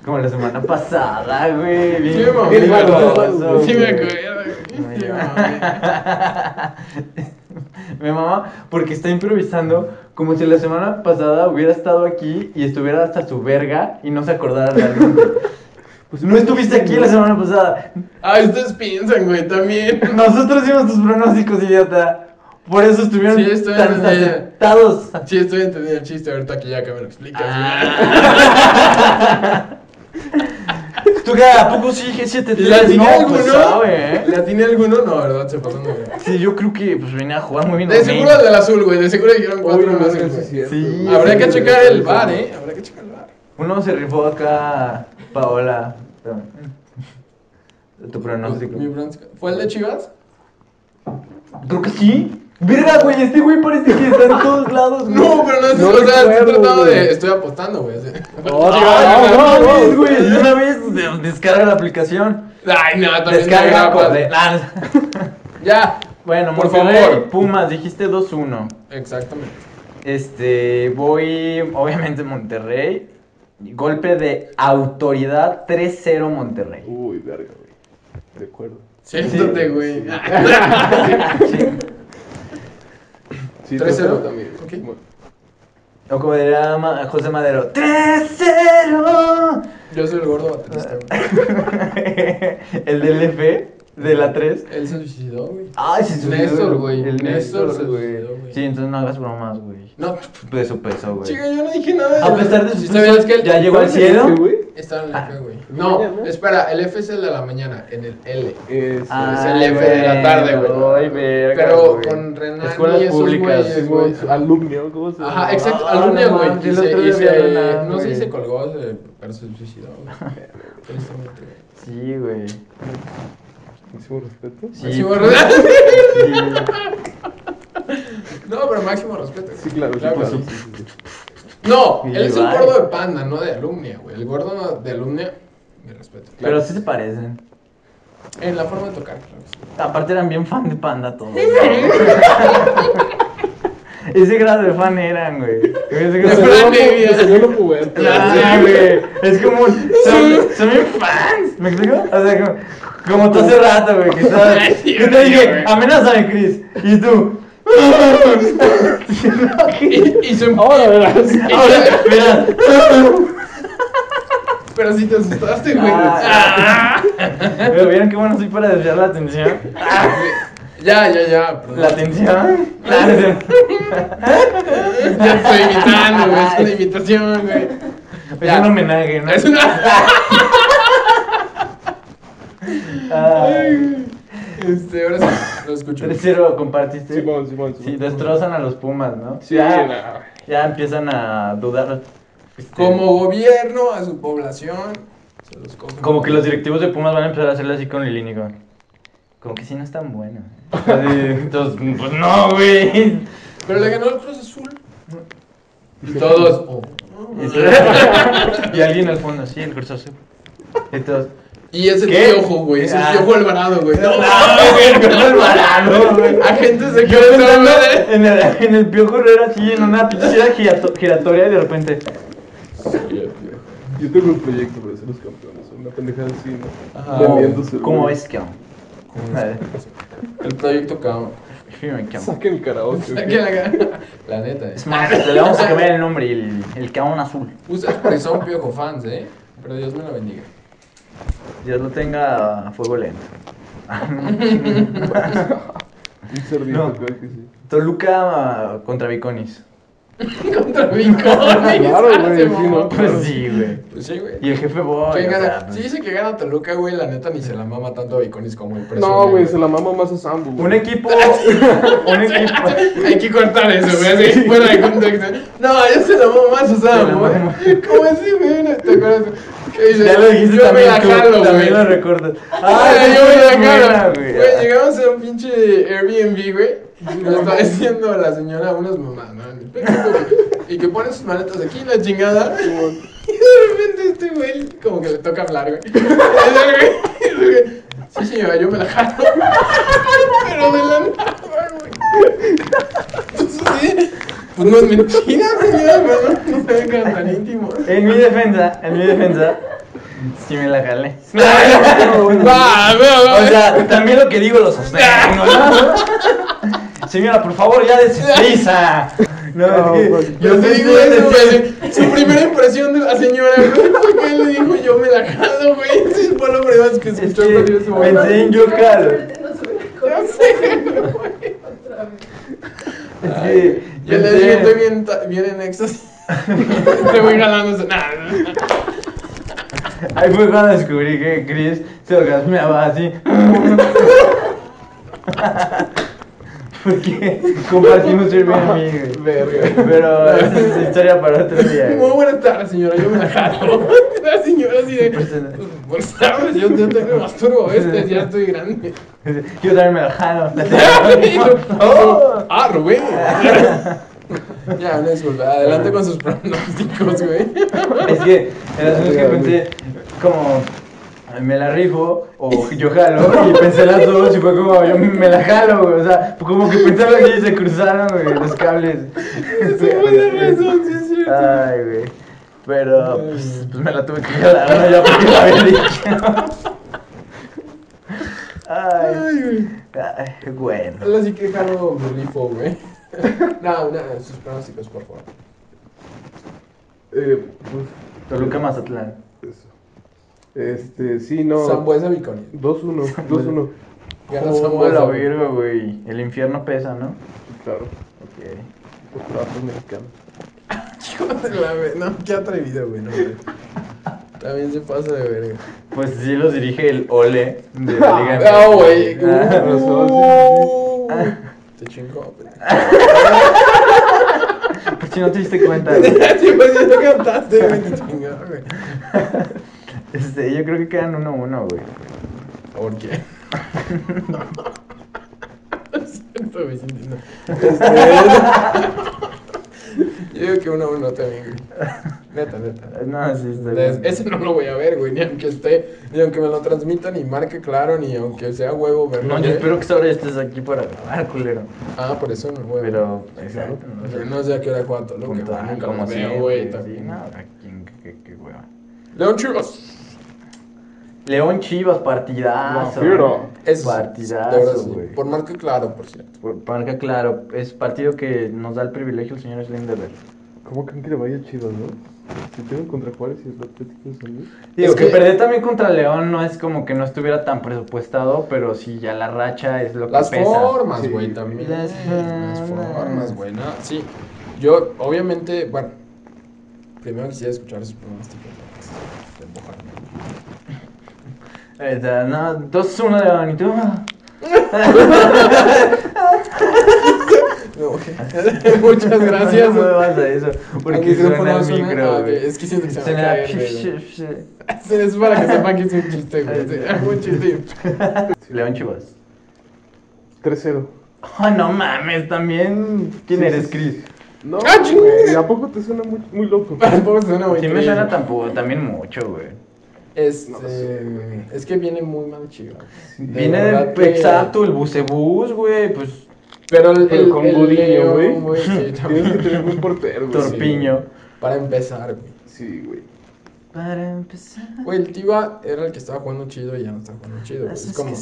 Como la semana pasada, güey. Bien,
Sí, me mamé,
bien
güey.
baboso,
Sí, me
güey.
acuerdo, güey. Sí, me mamé.
Me mama porque está improvisando como si la semana pasada hubiera estado aquí y estuviera hasta su verga y no se acordara realmente. Pues no estuviste aquí la semana pasada.
Ah, ustedes piensan, güey, también.
Nosotros hicimos tus pronósticos, idiota. Por eso estuvieron
Sí, estoy
tan
en el-
aceptados.
Sí, estoy entendiendo el chiste ahorita que ya que me lo explicas, güey.
¿Tú qué? ¿A poco sí G7
¿Le atiné
No,
alguno?
pues sabe, ¿eh?
¿Le atiné alguno? No, ¿verdad? Se pasó güey.
Sí, yo creo que pues venía a jugar muy bien.
De
los
seguro
Knicks.
el del azul, güey. De seguro le dieron
Uy,
cuatro
no,
en azul,
no, sí,
güey.
es cierto.
Sí.
Habrá que
Sí,
checar el bar, ¿eh? Habrá que checar el bar.
Uno se rifó acá, Paola. Tu pronóstico.
Mi bronce- ¿Fue el de Chivas?
Creo que sí. Verga, güey, este güey parece que está en todos lados. güey.
<laughs> No, pero no es
No
o sea, estoy
recuerdo,
tratando de...
güey.
Estoy apostando, güey. así.
No,
Ah,
no,
no,
no,
mames,
no.
güey. De Una vez de- descarga la aplicación.
Ay, no, también me
Descarga
agrapa.
Codere. Ah,
Ya.
<laughs> Bueno,
Por
por favor.
favor.
Pumas, dijiste 2-1.
Exactamente.
Este, voy obviamente Monterrey. Golpe de autoridad 3-0
<laughs>
Monterrey.
Uy, verga, güey. De acuerdo.
Siéntate, güey.
Sí,
3-0
3-0 también.
Ok.
Bueno,
O como diría Ma- José Madero, 3-0.
<laughs> Yo soy el gordo baterista, güey.
<laughs> El del F de la 3.
Él se suicidó, güey.
Ay, sí, sí,
Néstor, güey.
El
Néstor se
Néstor,
suicidó,
güey.
güey.
Sí, entonces no hagas bromas, güey.
No,
De su peso, güey.
chica, yo no dije nada.
A pesar de
Si
sus
sabías
pesos,
que el-
ya llegó al
¿cuál es el
cielo.
F, güey?
Estaba en el F, güey.
mañana.
Ah. No, espera, el F es el de la mañana, en el L.
Es,
Ah,
es el F de la tarde, güey.
Ay, verga,
Pero
güey.
con Renan
Escuelas
y esos
públicas.
güeyes,
es,
güey.
güey, alumnio, ¿cómo se llama?
Ajá, exacto,
Ah,
alumna,
no
güey.
mames,
y
el
se-
otro
y
día
se-
vi a Renan,
no sé si
güey.
se colgó, se- pero se suicidó, güey. Tristemente, güey.
Sí,
<laughs>
güey.
Máximo respeto.
Sí.
Máximo respeto.
Sí.
No, pero máximo respeto.
Sí, claro, sí,
Claro,
claro.
sí.
sí, sí, sí.
No,
Y
él es el
bye.
gordo de panda, no de alumnia, güey. El gordo no- de alumnia, mi respeto.
Pero sí se parecen.
En la forma de tocar, claro. que sí.
Aparte eran bien fan de Panda todos. <laughs> Ese grado de fan eran, güey. Ese grado
De
de-
fan, baby.
Me salió lo puberto.
<laughs> Ah, güey. Es como. Son, son bien fans. ¿Me explico? O sea, como, como tú hace rato, güey. Que estabas-
Ay, sí,
yo te
sí,
dije,
güey.
amenázame, Chris. Y tú.
Y,
<laughs>
y se
Oh,
Ahora verás.
Ahora, mira.
Pero si te asustaste, güey.
Ah. Pero vieron qué bueno soy para desviar la atención.
Ah. Ya, ya, ya. perdón.
La atención. Ah, no es cierto.
Ya estoy imitando, güey. Es una imitación, güey.
<laughs> Es un homenaje, ¿no?
Es una.
Ah,
Este, ahora sí, lo escucho.
3-0 compartiste.
Simón, Simón,
Sí,
Simón.
destrozan a los Pumas, ¿no?
Sí,
ya,
nada.
ya empiezan a dudar. este,
Como gobierno a su población. Se los cogen.
como que los directivos de Pumas van a empezar a hacerle así con Lilini, como, como que sí no es tan bueno. ¿eh? Entonces, pues no, güey.
Pero le ganó el Cruz Azul. Y todos. oh.
Y, se- y alguien al fondo, sí, el Cruz Azul. Y todos,
Y es el
¿Qué?
piojo, güey. Es el
Ah.
piojo Alvarado, güey.
No, güey, el Piojo Alvarado, güey.
Agentes de
Yo
Cristo,
pensando
güey.
en el, en el Piojo Herrera así en una piscina girato- giratoria y de repente...
Yo tengo un proyecto para ser los campeones. Una pendejada así, ¿no?
Ajá.
Lamiéndose,
"Oh, ¿Cómo
güey.
es que aún?
¿Cómo es? El proyecto cabrón.
Fíjame que aún.
Saquen karaoke.
Aquí
güey.
la cara. La neta, eh.
Es más, le vamos a cambiar el nombre, el, el Caón Azul.
Ustedes porque son piojo fans, ¿eh? Pero Dios me lo bendiga. <laughs>
Dios lo tenga a fuego lento.
Un cerdito,
No.
claro que sí.
Toluca ah, contra Viconis. <laughs>
Contra Vincones.
Claro,
Ah,
güey,
se
sí,
mamó.
¿no? Claro.
Pues sí, güey.
Pues sí, güey.
Y el jefe Boy.
¿Quién
o
gana?
sea,
Si dice que gana Toluca, güey, la neta ni se la mama tanto a Viconis como el presidente.
No, güey, se la mama más a Sambu. güey.
Un equipo. un equipo.
<laughs> Hay que cortar eso, güey. así, fuera de contexto. No, yo se la mamo más, o sea,
Se la
güey.
mamo.
¿Cómo así, güey? No ¿Te acuerdas? Que dice,
Ya lo dijiste
yo
también.
me la
tú,
jalo, güey.
también lo
<laughs>
recuerdas.
Ah,
esa
yo
es
me
buena,
la jalo.
güey.
Güey, llegamos a un pinche Airbnb, güey. Nos está diciendo la señora unas mamás, ¿no? Y que pone sus maletas aquí, la chingada. Y de repente este güey como que le toca hablar, güey. Y el güey- el güey, Sí, señora, yo me la jalo. Pero de la nada, güey. Entonces, sí, pues no es mentira, señora, pero no se ve tan íntimo.
En mi defensa, en mi defensa, sí me la
<laughs>
jalé. <laughs>
Va, va, va.
O sea, también lo que digo lo
<laughs>
sostengo. ¿no? Señora, por favor, ya desliza. No,
No,
es que
güey.
Yo
yo
te
sí
digo
puedo
eso,
decir-
güey. Su primera impresión de la señora, güey, fue que él le dijo yo me la jalo, güey. Ese fue lo primero que
Es
escuchó
que
cuando yo su voz.
pensé en Pues yo jalo.
Ya sé, güey.
Es que
Yo le dije, estoy bien, ta- bien en éxtasis. Te voy jalándose. Nah, nah.
Ahí fue pues, cuando descubrí que Chris se orgasmeaba así. <laughs> Porque compartimos el bien amigo.
Verga.
Pero esa es historia para otro día.
Muy
güey.
buenas tardes, señora, yo me la jalo. <laughs> La señora así de. "Pues, Buenas tardes, yo yo tengo masturbo este, ya estoy grande. <laughs>
Yo también me la jalo.
Oh, ah, Rubén. Ya, una disculpa. Adelante con sus pronósticos, güey.
<laughs> Es que el asunto es que pensé como me la rifo o yo jalo y pensé las dos y fue como yo me la jalo, güey. O sea, como que pensaron que se cruzaron güey, los cables.
Sí, buena razón, sí es cierto.
Ay, güey. Pero pues, pues me la tuve que jalar, ¿no? Ya porque la había dicho. Ay,
Ay, güey.
ay, bueno.
Ahora sí que jalo mi rifo, güey. <laughs> No, no, sus pronósticos, por favor.
Eh, pues,
Toluca Mazatlán.
eso. Este, sí, no.
Sambuesa Biconi.
2-1, 2-1.
Oh,
Gana
la
Sambuesa. güey.
Virgo, güey. El infierno pesa, ¿no?
Claro, pues,
Ok.
por trabajos mexicanos.
Hijo de <laughs> la ve- No, qué atrevido, güey. No, güey. También se pasa de verga.
Pues sí los dirige el Ole de la Liga
<laughs> Ah,
MX.
güey.
Ah,
Uh, Te chingó,
<laughs>
güey.
Por ah, pues, si no te diste cuenta, güey.
<laughs> Sí, pues ya lo cantaste, güey. Te chingó, güey.
Este, yo creo que quedan 1-1, güey.
¿Por qué? Lo siento, Vicentino. Este, <laughs> Yo digo que uno a uno también, güey. Neta, neta.
No, sí, está
Es-
bien.
Ese no lo voy a ver, güey, ni aunque esté, ni aunque me lo transmitan, ni marque claro, ni aunque sea huevo verlo.
No, yo
güey.
espero que ahora estés aquí para grabar, culero.
Ah, por eso no, güey.
Pero,
Claro.
exacto.
O sea, No sé a qué hora cuánto, lo que
Puntual,
nunca lo
como
veo,
siempre,
güey.
Sí,
también.
no, a quién, qué, qué hueva.
León Chivas.
León Chivas, partidazo.
Vampiro.
Eso sí, de verdad,
Partidazo,
sí.
güey.
Por marque claro, por cierto.
Por- Marca claro, es partido que nos da el privilegio el señor Slenderberg.
¿Cómo creen que le vaya chido, no? Si tienen contra Juárez y el Atlético de San Luis.
Digo,
Es
que,
que-
perder también contra León no es como que no estuviera tan presupuestado, pero sí, ya la racha es lo que
Las
pesa.
formas,
Sí.
güey, también.
Las
Las
formas.
formas, güey. No, sí. Yo, obviamente, bueno. Primero quisiera escuchar sus pronósticos.
<laughs>
¿no? Te mojan.
Eh, da- no, 2-1 León, ¿y tú? ah,
Me mojé. Muchas gracias.
<laughs> No me vas a eso, porque suena el
suena-
micro,
ah,
güey.
ok, Es que siento que se me va a
Suena-
caer, güey. Es para que sepan que es un chiste, güey. Sí, hago un chiste.
León Chivas.
3-0.
Oh, no mames, también. ¿Quién
Sí,
eres,
sí,
Chris?
No,
¡Ah, chingada! <laughs>
güey, ¿a poco te suena muy, muy loco?
Tampoco suena muy
Sí me
creíble.
suena tampoco, también mucho, güey.
Este,
No sé, güey.
es que viene muy mal Chivas.
Sí,
De
Viene
verdad
del
que-
Pexato, el bucebús, güey, pues
Pero, el,
Pero
el-
con
el
Gudiño,
León,
güey. <laughs>
sí,
Tienes que
también.
tener buen portero,
Pues
güey.
Torpe.
torpiño.
Para empezar, güey.
Sí, güey.
Para <laughs> empezar.
Güey, el Tiva era el que estaba jugando chido y ya no está jugando chido. güey. Es como.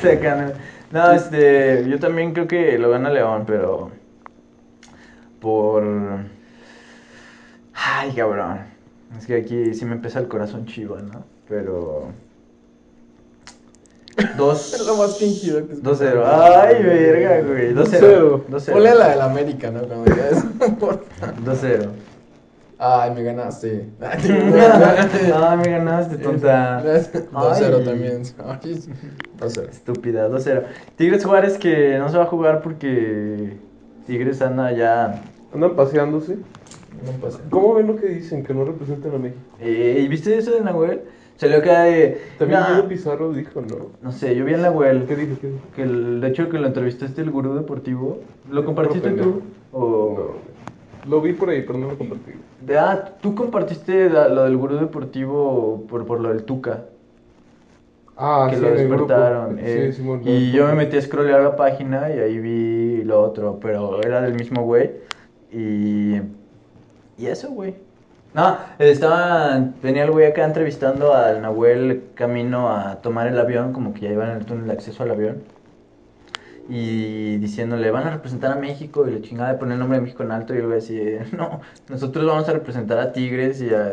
Sacando. No, este, yo también creo que lo gana León, pero por... Ay, cabrón. Es que aquí sí me pesa el corazón chivo, ¿no? Pero... Dos...
<laughs> Es lo más fingido que es.
2-0. Ay, verga, güey. 2-0.
2-0.
2-0.
Ponle la del América, ¿no? Cuando ya es. <laughs> por-
2-0.
Ay, me ganaste. <laughs>
No, me ganaste, tonta.
<laughs> 2-0
Ay.
también. ¿sabes? 2-0.
Estúpida, 2-0. Tigres Juárez que no se va a jugar porque Tigres anda ya.
Andan paseándose.
No pasa.
¿Cómo ven lo que dicen? Que no representan a México.
Eh, ¿Y viste eso de Nahuel? Salió acá de.
También
"Nah".
Diego Pizarro dijo, ¿no?
No sé, yo vi a Nahuel.
¿Qué dijo? ¿Qué dijo?
Que el hecho de que lo entrevistaste el gurú deportivo, ¿lo
Sí,
compartiste
profe,
tú? O...
No, lo vi por ahí, pero no lo compartí.
De- Ah, tú compartiste la- lo del gurú deportivo por, por lo del Tuca.
Ah,
que
sí,
lo
en el grupo.
despertaron. eh,
Sí, Simón.
y yo me metí a scrollear la página y ahí vi lo otro, pero era del mismo güey. Y. Y eso, güey. No, estaban. Venía el güey acá entrevistando al Nahuel camino a tomar el avión, como que ya iban en el túnel de acceso al avión. Y diciéndole, van a representar a México y la chingada de poner el nombre de México en alto. Y el güey así, no, nosotros vamos a representar a Tigres y a.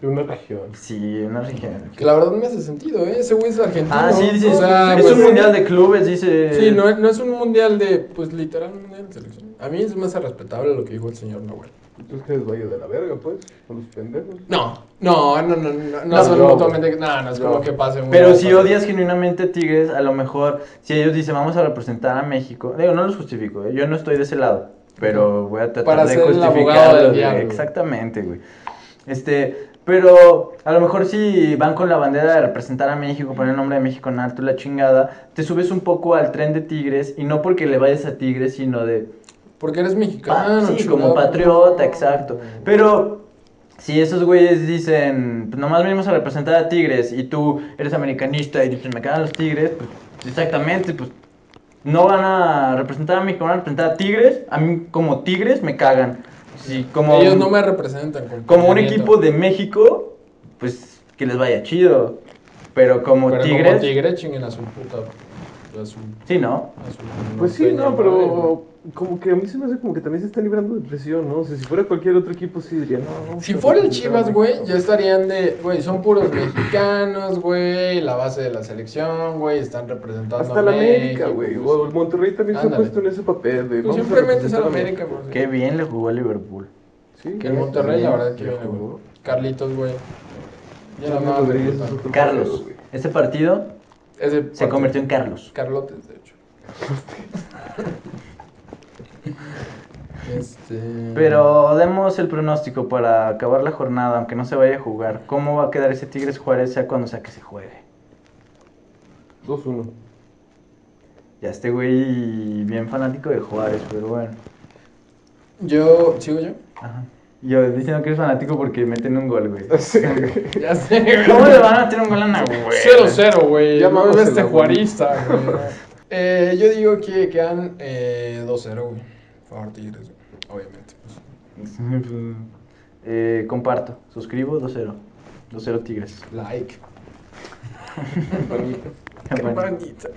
De una región.
Sí, una región.
Que la verdad me hace sentido, ¿eh? Ese güey es argentino.
Ah, sí, dice,
O sea,
es
pues,
un mundial de clubes, dice.
Sí, no, no es un mundial de, pues literal, un mundial de selección. A mí es más respetable lo que dijo el señor Nahuel.
Entonces que les vaya de la verga, pues. A los pendejos.
No, no, no, no, no, no,
No,
son
yo,
mutuamente. No, no es como
yo.
que pase un.
Pero
día,
si
pase-
odias genuinamente a Tigres, a lo mejor, si ellos dicen vamos a representar a México, digo, no los justifico, ¿eh? yo no estoy de ese lado, pero voy a tratar
Para
de
ser el abogado
justificarlo.
del
güey.
diablo.
Exactamente, güey. Este, pero a lo mejor si van con la bandera de representar a México, poner el nombre de México en alto, la chingada, te subes un poco al tren de Tigres y no porque le vayas a Tigres, sino de
Porque eres
Pa-
mexicano,
Ah, sí,
chingado.
como patriota, exacto. Pero si esos güeyes dicen, "Pues nomás venimos a representar a Tigres y tú eres americanista y dices, me cagan los Tigres, pues exactamente, pues no van a representar a México, van a representar a Tigres, a mí como Tigres me cagan. Sí, como,
Ellos no me representan. con
como un
Peña Nieto.
equipo de México, pues que les vaya chido. Pero como
Pero
Tigres,
Como tigre, chinguen a su puta. A su.
sí, ¿no?
a su-
Pues sí,
Peña
no,
Madre, güey.
pero como que a mí se me hace como que también se está librando de presión, ¿no? O sea, si fuera cualquier otro equipo, sí diría, no. vamos
Si
a
fuera el
representar a
Chivas, güey,
México.
ya estarían de, güey, son puros mexicanos, güey, la base de la selección, güey, están representando
Hasta
a
la
México,
América, güey.
pues.
O el Monterrey también se ha
Ándale.
puesto en ese papel de.
Pues
vamos a
simplemente es a la
representar a
América, güey.
Qué bien le jugó a Liverpool.
Sí,
Que el Monterrey, la verdad, que
ya
viene, güey.
jugó.
Carlitos, güey. Ya no
Carlos
me
Rodríguez
acuerdo.
es otro
Carlos,
portero, güey.
este partido
Ese
se
partido.
convirtió en Carlos.
Carlotes, de
<laughs>
hecho. este...
Pero demos el pronóstico para acabar la jornada, aunque no se vaya a jugar. ¿Cómo va a quedar ese Tigres Juárez, sea cuando sea que se juegue?
2-1.
Ya este güey bien fanático de Juárez, pero bueno.
Yo, ¿sigo yo?
Ajá. Yo diciendo que es fanático porque meten un gol, güey.
<laughs> Sí, güey.
Ya sé, güey.
¿Cómo le van a meter un gol a Nahuel?
0-0, güey.
Ya
No
mames
me
el
este
Laguna.
juarista, güey. Eh, yo digo que quedan eh, 2-0, güey. Favor Tigres, güey. Obviamente. pues.
<laughs> Eh, comparto, suscribo 2-0. 2-0 Tigres.
Like. <laughs>
Bueno,
Campanita.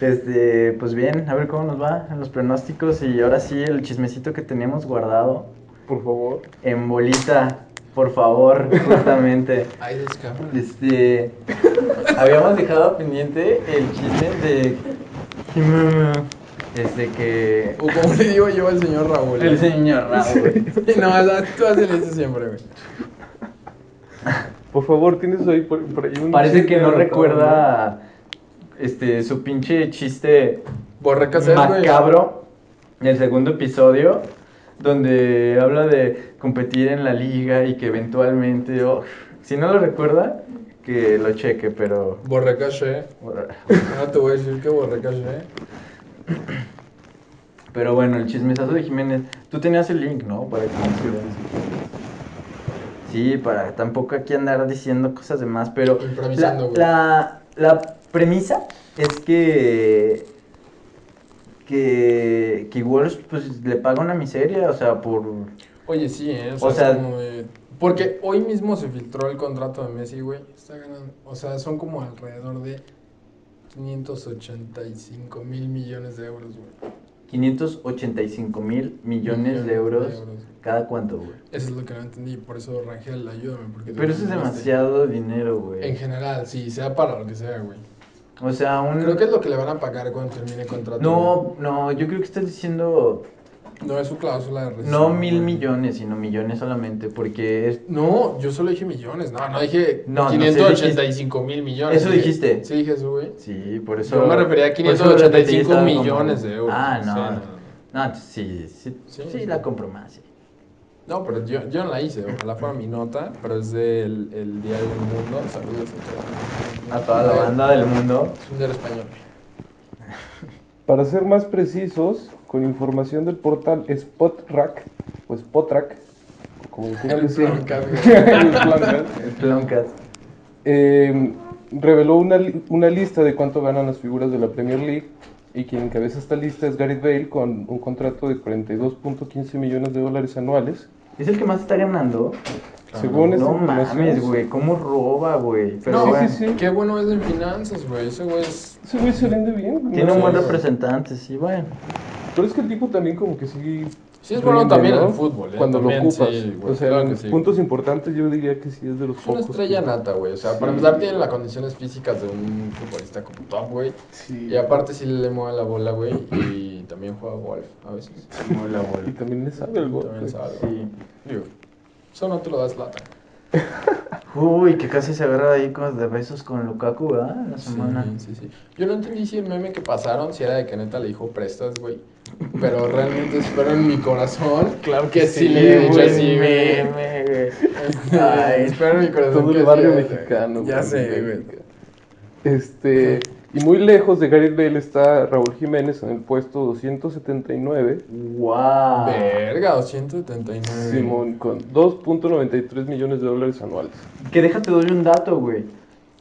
Este, pues bien, a ver cómo nos va en los pronósticos y ahora sí el chismecito que teníamos guardado.
Por favor.
En bolita, por favor, justamente.
Ay, descámara.
Este. Habíamos dejado pendiente el chisme de. Desde que.
O como le digo yo al señor Raúl.
El
¿eh?
señor Raúl.
<laughs> No, o sea, tú así le dices siempre, güey.
Por favor, tienes ahí por, por ahí un.
Parece que no
anotado,
recuerda. Este, su pinche chiste
Borre cassette, güey.
macabro en el segundo episodio. Donde habla de competir en la liga y que eventualmente. oh, si no lo recuerda, que lo cheque, pero.
Borre caché. No te voy a decir que borre caché.
Pero bueno, el chismesazo de Jiménez. Tú tenías el link, ¿no? Para que nos
Sí,
vieran. Sí, para tampoco aquí andar diciendo cosas de más, pero la,
Improvisando, güey.
la, la premisa es que, que que Walsh pues le paga una miseria, o sea, por
Oye, sí, ¿eh? O sea,
O sea-
es como de- Porque hoy mismo se filtró el contrato de Messi, güey. Está ganando... O sea, son como alrededor de 585 mil millones de euros, güey.
585 mil millones de euros cada cuánto, güey.
Eso es lo que no entendí, por eso Rangel, ayúdame. Porque tú
Pero eso es
entendiste.
demasiado dinero, güey.
este, En general, sí, sea para lo que sea, güey.
O sea, un
Creo que es lo que le van a pagar cuando termine el contrato.
no, no, yo creo que estás diciendo
güey. No es su cláusula de rescisión.
no mil
Pues güey.
millones, sino millones solamente, porque es
No, yo solo dije millones. No, no dije
No, no, sí
585 mil millones.
Eso
dije-
dijiste.
Sí, dije eso, güey.
Sí, por eso.
Yo me refería a
por eso repetí,
585
estaba como-
millones de euros.
Ah,
Sí,
no. no, entonces sí, sí,
Sí,
sí,
sí.
la compro más. sí.
No, pero yo, yo no la hice. Ojalá fuera mi nota, pero es del el diario El Mundo. Saludos a
A toda la banda del mundo.
Es un diario español.
Para ser más precisos, con información del portal Spotrack, o Spotrack, como quieran
El
decir.
Ploncat,
El Ploncat,
Cloncast.
<laughs> eh, reveló una, li- una lista de cuánto ganan las figuras de la Premier League y quien encabeza esta lista es Gareth Bale con un contrato de 42.15 millones de dólares anuales.
Es el que más está ganando.
Según esta
Ah, No
información,
mames, güey. ¿Cómo roba, güey? Pero
no,
bueno,
sí, sí.
qué bueno es en finanzas, güey. Ese güey es...
Ese güey se rinde bien.
Tiene un buen
Sí.
representante, sí, bueno.
Pero es que el tipo también como que sí...
Sí es bueno también en
¿no?
el fútbol. ¿eh?
Cuando
También,
lo ocupas.
sí, güey,
o sea,
claro que
en
sí.
puntos importantes yo diría que sí es de los
Es una
pocos.
estrella
que-
nata, güey. O sea, para
Sí.
empezar tiene las condiciones físicas de un futbolista como top, güey.
Sí.
Y aparte sí le mueve la bola, güey. Y también juega golf a veces.
Mola,
Y
güey.
también le sabe algo.
También le sabe.
Sí.
Digo, eso no te lo das lata.
Uy, que casi se agarra ahí con, de besos con Lukaku, ¿verdad? La
Sí,
semana.
sí, sí. Yo no entendí si el meme que pasaron, si era de que neta le dijo prestas, güey. Pero realmente espero en mi corazón. Claro que sí, le he dicho
güey,
así, güey.
meme, güey.
Este,
Ay,
espero en mi corazón.
Todo
que
el barrio
sí,
mexicano.
Ya
güey,
sé,
de-
güey.
Este, y muy lejos de Gareth Bale está Raúl Jiménez en el puesto 279,
Wow.
Verga, 279.
Simón con 2.93 millones de dólares anuales.
Que déjate doy un dato, güey.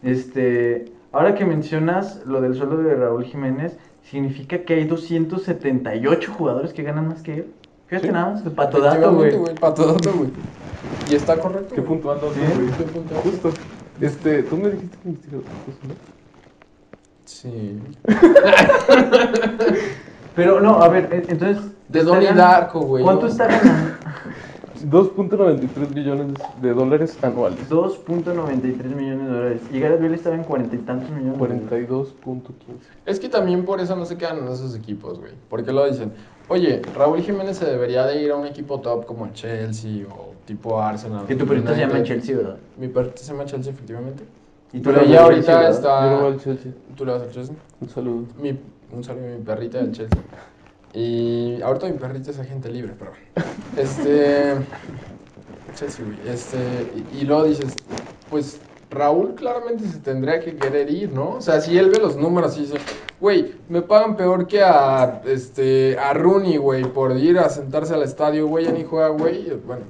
Este, ahora que mencionas lo del sueldo de Raúl Jiménez, significa que hay 278 jugadores que ganan más que él. Fíjate
Sí.
nada más, el pato dato, güey.
Efectivamente, Patodato, güey. Y está correcto.
Qué
güey.
puntuando,
Sí.
güey.
Qué punto.
Justo. Este, tú me dijiste que me tiraste ¿no?
Sí.
Pero no, a ver, e- entonces.
De
está
Donnie
ganando-
Darko, güey.
¿Cuánto
no.
está ganando?
2.93 millones de dólares anuales.
2.93 millones de dólares. Y Gareth Bale estaba en cuarenta y tantos millones.
42.15.
Es que también por eso no se quedan en esos equipos, güey. Porque lo dicen, oye, Raúl Jiménez se debería de ir a un equipo top como el Chelsea o tipo Arsenal.
Que tu perrito se llama
United.
Chelsea, ¿verdad?
Mi perrito se llama Chelsea, efectivamente.
Y
Pero
le vas
ya
al
ahorita
¿verdad?
está- Ah.
Yo no voy al Chelsea.
¿Tú le vas al Chelsea?
Un saludo.
Mi, un saludo a mi perrita del Chelsea. Y ahorita mi perrita es agente libre, pero... Este... Chelsea, güey. Este... Y, y luego dices, pues Raúl claramente se tendría que querer ir, ¿no? O sea, si él ve los números y dice, güey, me pagan peor que a, este, a Rooney, güey, por ir a sentarse al estadio, güey, ya ni juega, güey. Bueno,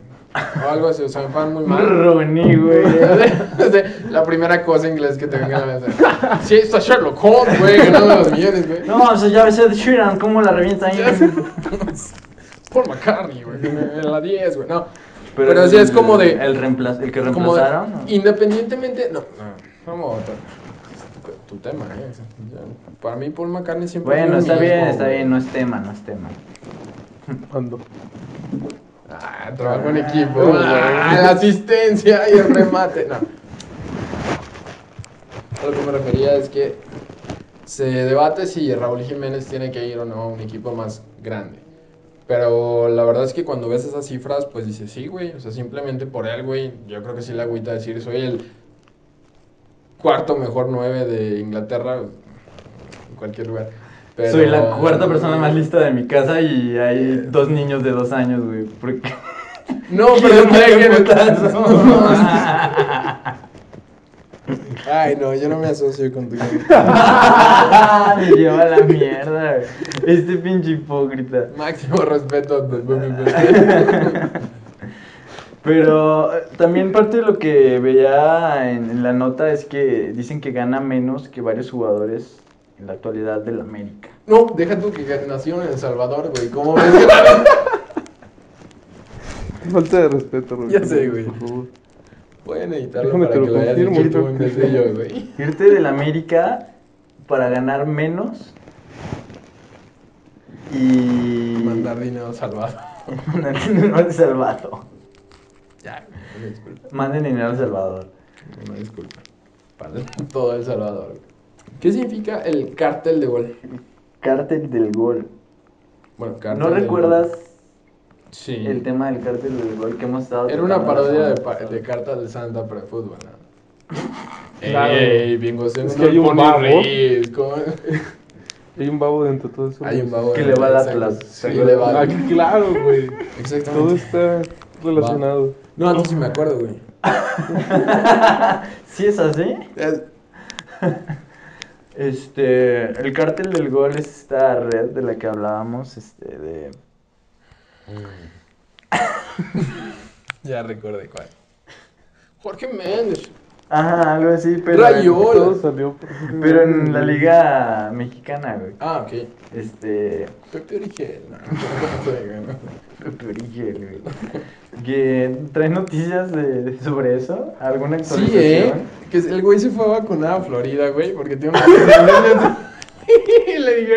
o algo así, o sea, me pagan muy mal. <laughs>
Rooney, güey.
O sea, la primera cosa en inglés que te venga a la mente. Sí, está Sherlock Holmes, güey, ganando los millones, güey.
No, o sea, ya ves a Sheeran, cómo la revienta ahí.
Paul
<laughs>
McCartney, güey, en la 10, güey, no. Pero, sí es como de...
El, reemplaz- el que
como de-
reemplazaron. ¿no?
Independientemente... No, no, vamos a votar. Tu tema, eh. Ya, Para mí Paul McCartney siempre...
Bueno,
fue el
está
mismo,
bien, está
güey.
bien, no es tema, no es tema.
Ando.
Ah, trabajo en equipo.
Ah,
Ah,
güey.
la asistencia y el remate. No. A lo que me refería es que se debate si Raúl Jiménez tiene que ir o no a un equipo más grande. Pero la verdad es que cuando ves esas cifras, pues dices, sí, güey. O sea, simplemente por él, güey. Yo creo que sí la agüita decir, soy el cuarto mejor nueve de Inglaterra. En cualquier lugar. Pero-
Soy la cuarta persona más lista de mi casa y hay dos niños de dos años, güey. <laughs> Porque...
No, pero es que-
putazo.
Ay, no, yo no me asocio con tu gente.
Me lleva a la mierda. güey. Este pinche hipócrita.
<laughs>
<laughs>
Máximo respeto a tu BBB.
Pero eh, también parte de lo que veía en, en la nota es que dicen que gana menos que varios jugadores en la actualidad del América.
No, deja tú que nació en El Salvador, güey. ¿Cómo ves?
Falta de respeto, Roberto.
Ya sé, güey.
Por favor.
Pueden editarlo
Déjame
para
te
que
lo
lo veas en
confirmo,
YouTube en vez de yo, güey.
Irte del América para ganar menos y
Mandar dinero a El Salvador.
<laughs> mandar dinero al Salvador.
Ya, güey, una disculpa.
Manden dinero al Salvador.
Una disculpa. Para todo El Salvador, güey. ¿Qué significa el cártel de gol?
Cártel del gol.
Bueno, cártel
¿No
del
recuerdas
gol. Sí.
el tema del cártel del gol que hemos estado?
Era una
tratando la
parodia de,
semana
pa-
pasada?
de cartas de Santa para el fútbol, ¿no?
Claro.
Ey, ey, bingo, se
Es
nos
que hay un
pone
babo.
Riz, ¿cómo?
Hay un babo dentro de todo eso.
Hay un babo.
Que le va al
exacto.
Atlas.
Sí, le va
Ah,
al
claro, güey. Todo
Exactamente.
está relacionado.
No, no sí me acuerdo, güey.
¿Sí es así?
Es-
Este, el cártel del gol es esta red de la que hablábamos, este, de...
Ya recordé cuál. Jorge Méndez.
Ajá, algo así, pero...
Rayo. Hola.
Todo salió por-
Pero en la liga mexicana, güey.
Ah, ok.
Este,
Pepe Origel. No, no, no,
Pepe Origel, güey. Que, ¿Trae noticias de, sobre eso? ¿Alguna
Sí,
actualización?
¿eh? Que el güey se fue a vacunar a Florida, güey, porque tiene <laughs> una... y le dije,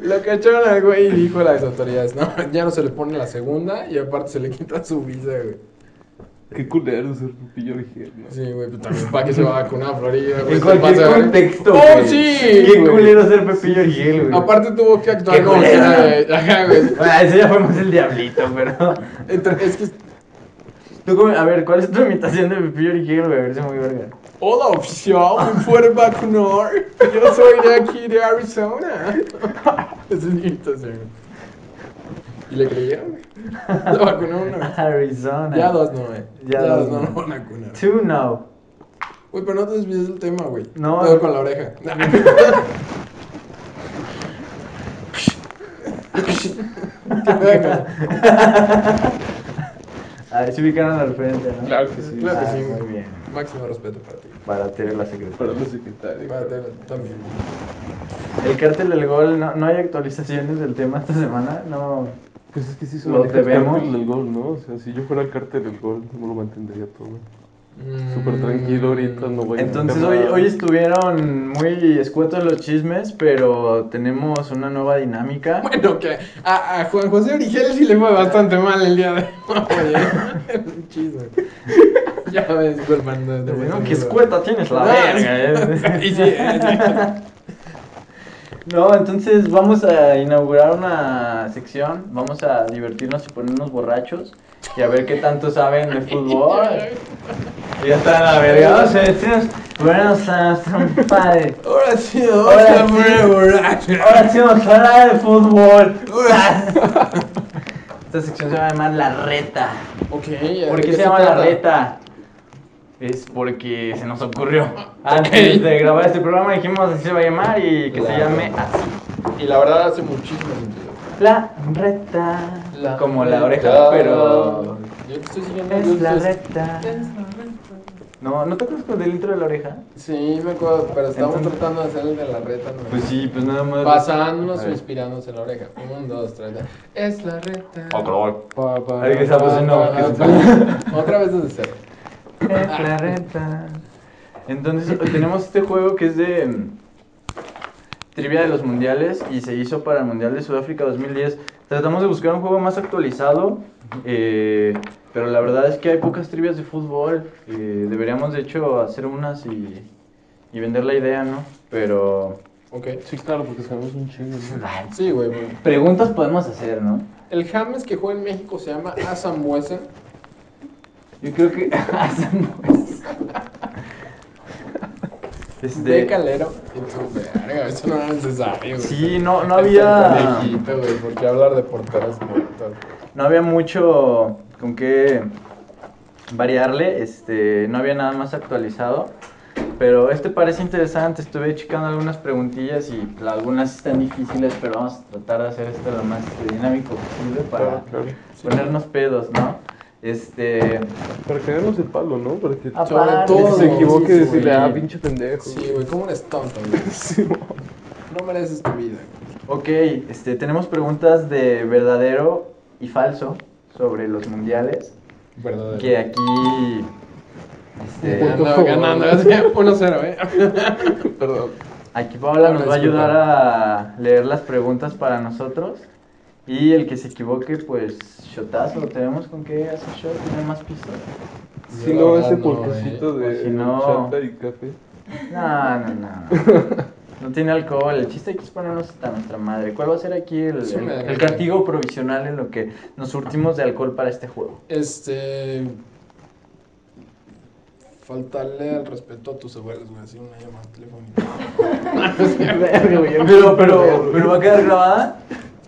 lo cacharon al güey y dijo a las autoridades, no, ya no se le pone la segunda y aparte se le quita su visa, güey.
Qué culero ser Pepillo Origel, ¿no?
Sí, güey, pues también para que se va a vacunar a Florida, güey.
En
se
cualquier
pasa, güey.
contexto,
¡Oh,
güey.
sí!
Qué
güey!
culero ser Pepillo Origel, güey.
Aparte tuvo que actuar
Qué
como que
culero.
era de- Ajá, güey.
Ah, ese ya fue más el diablito, pero... <laughs>
Entre- Es que...
Tú, come- a ver, ¿cuál es tu imitación de Pepillo Origel, güey? A ver si muy verga.
Hola, oficial, me fuera a vacunar. Yo soy de aquí, de Arizona. <laughs> Es un imitación. ¿Y le creyeron? Lo vacunaron una vez.
Arizona.
Ya dos no, eh.
Ya dos
no
no.
lo van a vacunar.
Two no.
Uy, pero no te desvíes del tema, güey.
No.
Todo con
<laughs>
la oreja. <laughs>
A ver si ubicaron al frente, ¿no?
Claro que sí.
Claro que
Ah,
sí.
muy
güey.
bien.
Máximo respeto para ti.
Para Tere la secretaria.
Para los secretarios.
Para ti también.
El cártel del gol, no, no hay actualizaciones del tema esta semana, no.
Pues es que sí se
Lo
maneja el
debemos.
cártel del gol, ¿no? O sea, si yo fuera el cártel del gol, no lo mantendría todo.
Mm.
Súper tranquilo ahorita, no voy a
Entonces
inventar
hoy,
nada.
hoy estuvieron muy escuetos los chismes, pero tenemos una nueva dinámica.
<laughs> Bueno, que a, a Juan José Origel sí le fue bastante mal el día de hoy.
<laughs>
¿eh? Es un chisme. <laughs> Ya ves, Superman.
Te digo que escueta tienes la <laughs> verga. ¿eh?
<laughs> Y sí, eh,
No, entonces vamos a inaugurar una sección, vamos a divertirnos y ponernos borrachos y a ver qué tanto saben <laughs> de fútbol. Y ya está la verga. Vamos a decirnos, buenos días, compadre.
Ahora sí, ahora
Ahora
está
sí.
muy borracho.
Ahora sí vamos a hablar de <laughs> fútbol. Esta sección se va a llamar La Reta.
Ok, a ver,
¿Por qué se llama La Reta? Es porque se nos <laughs> ocurrió.
Ok.
Antes de grabar este programa dijimos así se va a llamar y que se
Claro.
llame así.
Y la verdad hace muchísimo sentido.
La reta.
La
Como la
reta.
oreja, pero.
Yo te estoy siguiendo. yo
Es
te
la
estoy-
reta. No, ¿no te acuerdas con el intro de la oreja?
Sí, me acuerdo, pero estamos
Entonces-
tratando de hacer el de la reta. ¿no?
Pues sí, pues nada más.
Pasándonos
A
o
ver.
inspirándonos en la oreja. Un, dos, tres. ya. Es la reta.
Pa, pa,
Ahí que está, pues,
pa,
sí, no,
pa,
que
pa,
está.
<laughs> Otra vez desde cero.
Es la reta. Entonces, tenemos este juego que es de mm, trivia de los mundiales y se hizo para el Mundial de Sudáfrica 2010. Tratamos de buscar un juego más actualizado, eh, pero la verdad es que hay pocas trivias de fútbol. eh, deberíamos, de hecho, hacer unas y, y vender la idea, ¿no? Pero.
Ok.
Sí, claro, porque sabemos un chingo, ¿no?
Sí, güey. güey.
Preguntas podemos hacer, ¿no?
El James que juega en México se llama Asambuesa.
Yo creo que. <laughs> Este,
De Calero. Y tú, verga, eso no era necesario, güey.
Sí, no, no
Está
había.
pendejito, güey, ¿por qué hablar de porteras muertas?
No había mucho con qué variarle. Este. No había nada más actualizado. Pero este parece interesante, estuve checando algunas preguntillas y pues, algunas están difíciles, pero vamos a tratar de hacer esto lo más dinámico posible para ponernos pedos, ¿no? Este,
Para cagarnos el palo, ¿no? Para que
Ah,
Sobre
Aparte,
todo.
se equivoque y
sí,
decirle,
güey.
ah, pinche pendejo.
Sí, güey, ¿cómo eres tonto,
<laughs>
güey?
Sí, mo.
No mereces tu vida, güey.
ok, este, tenemos preguntas de verdadero y falso sobre los mundiales,
Verdadero.
que aquí... Este,
Punto
Ganando,
favor.
ganando. <laughs> 1-0, ¿eh? <laughs>
Perdón.
Aquí Paola nos va a
Disculpa.
ayudar a leer las preguntas para nosotros. Y el que se equivoque, pues, shotazo. ¿Tenemos con qué hacer shot? ¿Tiene más piso?
Si
Yo
no,
la
ese
verdad no,
porquecito
eh.
de
O si no-
chata y café.
No, no, no.
<laughs>
No tiene alcohol. El chiste aquí es ponernos hasta nuestra madre. ¿Cuál va a ser aquí el,
Sí, me
el-
da
el castigo provisional en lo que nos surtimos de alcohol para este juego?
Este. Faltarle al respeto a tus abuelos, güey. Así una llamada telefónica.
Pero, pero, pero va a quedar grabada.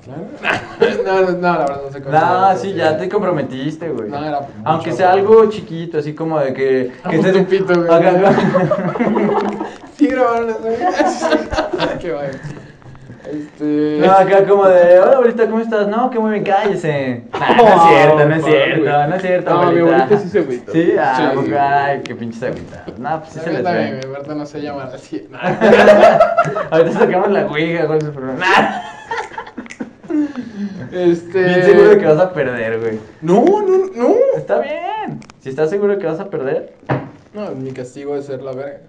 Claro. <laughs> No, no, no, la verdad no sé cómo.
Ah, sí, ya te comprometiste, güey.
No, era
Aunque
mucho,
sea
güey.
algo chiquito, así como de que. que
Un
estés-
tupito, güey.
Acá-
Sí, grabaron eso, güey. <laughs> Ah, Qué vaya. Este.
No, acá como de, hola abuelita, ¿cómo estás? No, que muy bien, cállese. Nah, Ah, no es
Oh,
cierto, no es
padre,
cierto,
güey.
no es cierto,
No, mi
abuelita.
abuelita sí se agüita.
Sí, ah,
Sí,
pues,
sí.
ay, qué pinches agüitas. No, pues sí se les
también,
ve.
güey. Berta no sé llamar
<laughs>
así. No.
Ahorita sacamos la ouija, ¿cuál es el problema? Nah,
Este.
<laughs> bien seguro de que vas a perder, güey.
No, no, no.
Está bien. Si estás seguro de que vas a perder,
No, mi castigo es ser la verga.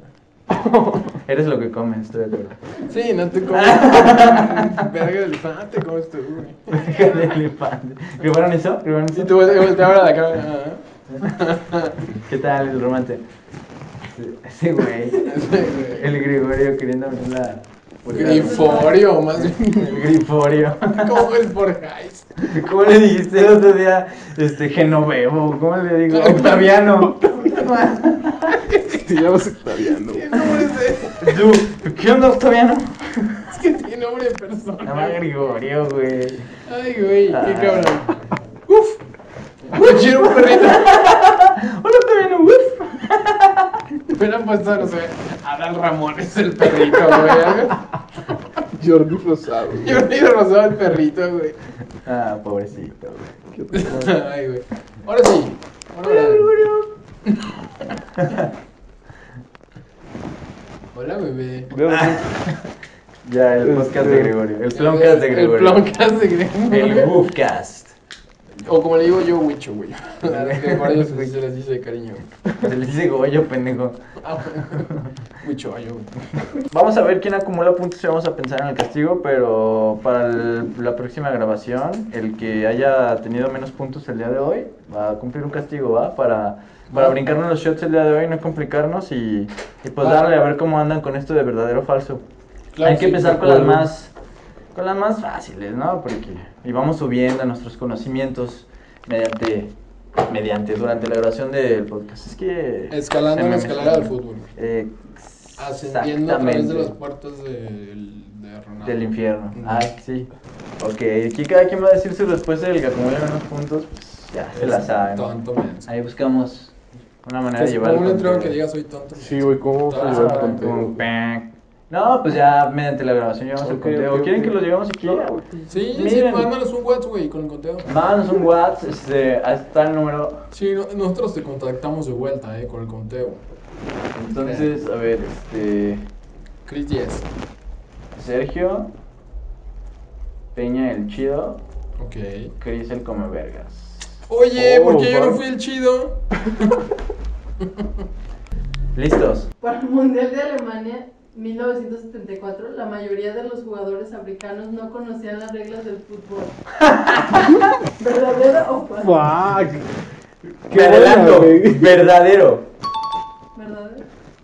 eres lo que comes, estoy de
<laughs>
acuerdo. <laughs>
Sí, no te comes. verga de elefante, comes tú, güey.
Oreja de elefante. ¿Grabaron eso? ¿Grabaron
Y
eso?
tú volte- voltea a ver a la cámara.
¿Qué tal el romance? Ese güey. El Gregorio queriendo abrir la...
Griforio, más bien.
El Griforio.
¿Cómo es Borjais?
¿Cómo le dijiste el otro día? Este, Genovevo, ¿cómo le <laughs> digo? Octaviano.
Te llamas Octaviano.
Tiene nombre de.
Tú, ¿qué onda, Octaviano?
Es que tiene nombre de
Nada
persona.
más Gregorio, güey.
Ay, güey, qué
Ah.
cabrón. Uf. Uf, quiero un perrito.
Hola, Octaviano, uff.
Me hubieran puesto, no sé, Adal Ramón es el perrito, güey.
<laughs> Jordi Rosado. güey.
Yo ni rozaba el perrito, güey.
Ah, pobrecito, güey.
Ay, güey. Ahora sí. Ahora
Hola,
verdad.
Gregorio.
Hola, bebé.
Ya, el podcast de Gregorio. Este, El floncast de Gregorio.
El Ploncast de Gregorio.
El woofcast.
O como le digo yo, Wicho, güey. Es <laughs> que por eso sí se les dice de cariño.
Se le dice goyo, pendejo.
Ah, <laughs> bueno. Wicho, ay, güey.
Vamos a ver quién acumula puntos y vamos a pensar en el castigo, pero para el- la próxima grabación, el que haya tenido menos puntos el día de hoy va a cumplir un castigo, ¿va? Para, para
Va.
brincarnos los shots el día de hoy, no complicarnos y, y pues
Va.
darle a ver cómo andan con esto de verdadero o falso.
Claro,
Hay que
sí,
empezar
de
con las
acuerdo.
más con las más fáciles, ¿no? Porque y vamos subiendo nuestros conocimientos mediante mediante durante la grabación del podcast. Es que se
Escalando la
me
escalera
mezclan.
del fútbol. Ascendiendo a través de
Exactamente.
las puertas del, de Ronaldo.
Del infierno.
Ujú.
Ah, sí. Ok, aquí cada quien va a decir su respuesta y el que acumule menos puntos, pues ya se la
Es
saben.
Tonto, man.
Ahí buscamos una manera
Que
de
si
llevar
pongo
el
un letrero que
conteo. Ah,
diga soy tonto.
Sí, güey, ¿cómo se
Ah,
lleva el
güey.
conteo?
No, pues ya mediante la grabación llevamos
Ok,
el conteo.
ok,
¿Quieren
ok.
que lo llevemos aquí?
Sí, sí,
Miren.
mándanos un WhatsApp, güey, con el conteo.
Mándanos un WhatsApp, este, ahí está el número.
Sí, no- nosotros te contactamos de vuelta, eh, con el conteo.
Entonces, a ver, este.
Chris 10.
Sergio. Peña el chido.
Ok.
Cris el come vergas.
Oye, ¿por
Oh,
qué yo no
va.
fui el chido?
¿Listos?
Para el Mundial de Alemania 1974, la mayoría de los jugadores africanos no conocían las reglas del fútbol. ¿Verdadero o falso?
Fuck.
Me adelanto, <laughs> verdadero.
¿Verdadero?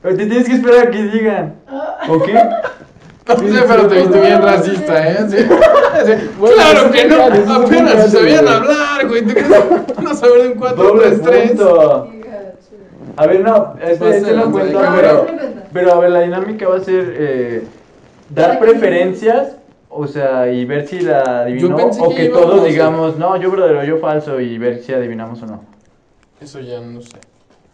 Pero te tienes que esperar a que digan.
Ah,
¿O qué?
No sé, <laughs> pero te viste bien racista, ¿eh? Sí. Sí.
Bueno,
claro
eso
que
es
no,
legal, eso es
apenas
legal,
si sabían
güey.
hablar, güey. ¿Te crees que van a saber de un 4
Doble
3 3?
punto.
qué gacho.
A ver, no,
Va a
este, este
ser
lo
un
cuento,
regalo.
pero,
No, no cuenta.
pero a ver, la dinámica va a ser eh, dar preferencias, o sea, y ver si la adivinó
pensé
o
que
que
íbamos a-
todos digamos, no, yo verdadero, yo falso, y ver si adivinamos o no.
Eso ya no sé.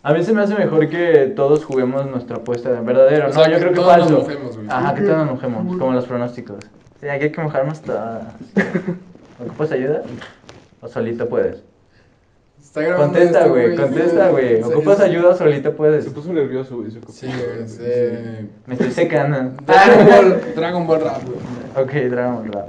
A mí se me hace mejor que todos juguemos nuestra apuesta de verdadero.
O
no,
sea,
yo
que
creo que
todos nos
falso.
mojemos, güey.
Ajá, que todos nos mojemos, como los pronósticos. Sí, aquí hay que mojarnos todas. <laughs> ¿Ocupas ayuda? ¿O solito puedes?
Está grabando
Contesta,
esto,
güey, contesta, güey.
O sea,
¿Ocupas
es-
ayuda o solito puedes?
Se puso nervioso, güey. se ocupó.
Sí, güey. es, eh,
Me estoy <laughs> secando.
Dragon
Ah.
Ball, Dragon Ball Rap, güey.
Ok, Dragon Ball.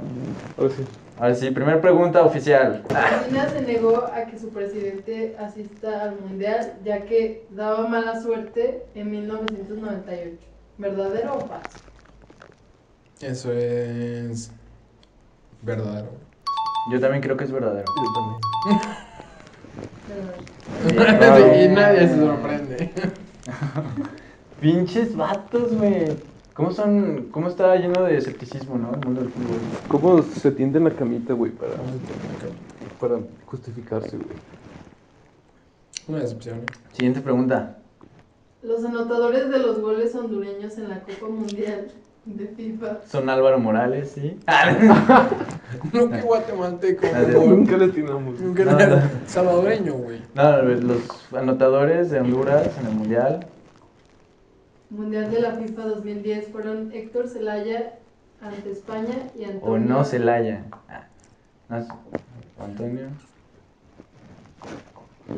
Ahora sí.
Ahora sí, primera pregunta oficial.
Argentina se negó a que su presidente asista al mundial ya que daba mala suerte en 1998. ¿Verdadero o falso?
Eso es. verdadero.
Yo también creo que es verdadero.
Yo también.
Verdadero.
<laughs> y nadie se
<laughs>
sorprende.
Pinches vatos, güey. ¿Cómo son? ¿Cómo está lleno de escepticismo, no? El mundo del fútbol.
¿Cómo se tienden la camita, güey, para, para justificarse, güey?
Una decepción. ¿eh?
<laughs> Siguiente pregunta.
Los anotadores de los goles hondureños en la Copa Mundial de FIFA.
Son Álvaro Morales, ¿sí? Ah,
No, que guatemalteco.
Así es.
güey.
Nunca le atinamos.
Nunca
No,
era
no.
salvadoreño, güey.
No, los anotadores de Honduras en el Mundial.
Mundial de la FIFA 2010 fueron Héctor Celaya ante España y Antonio.
O no Celaya. Ah, no es- Antonio.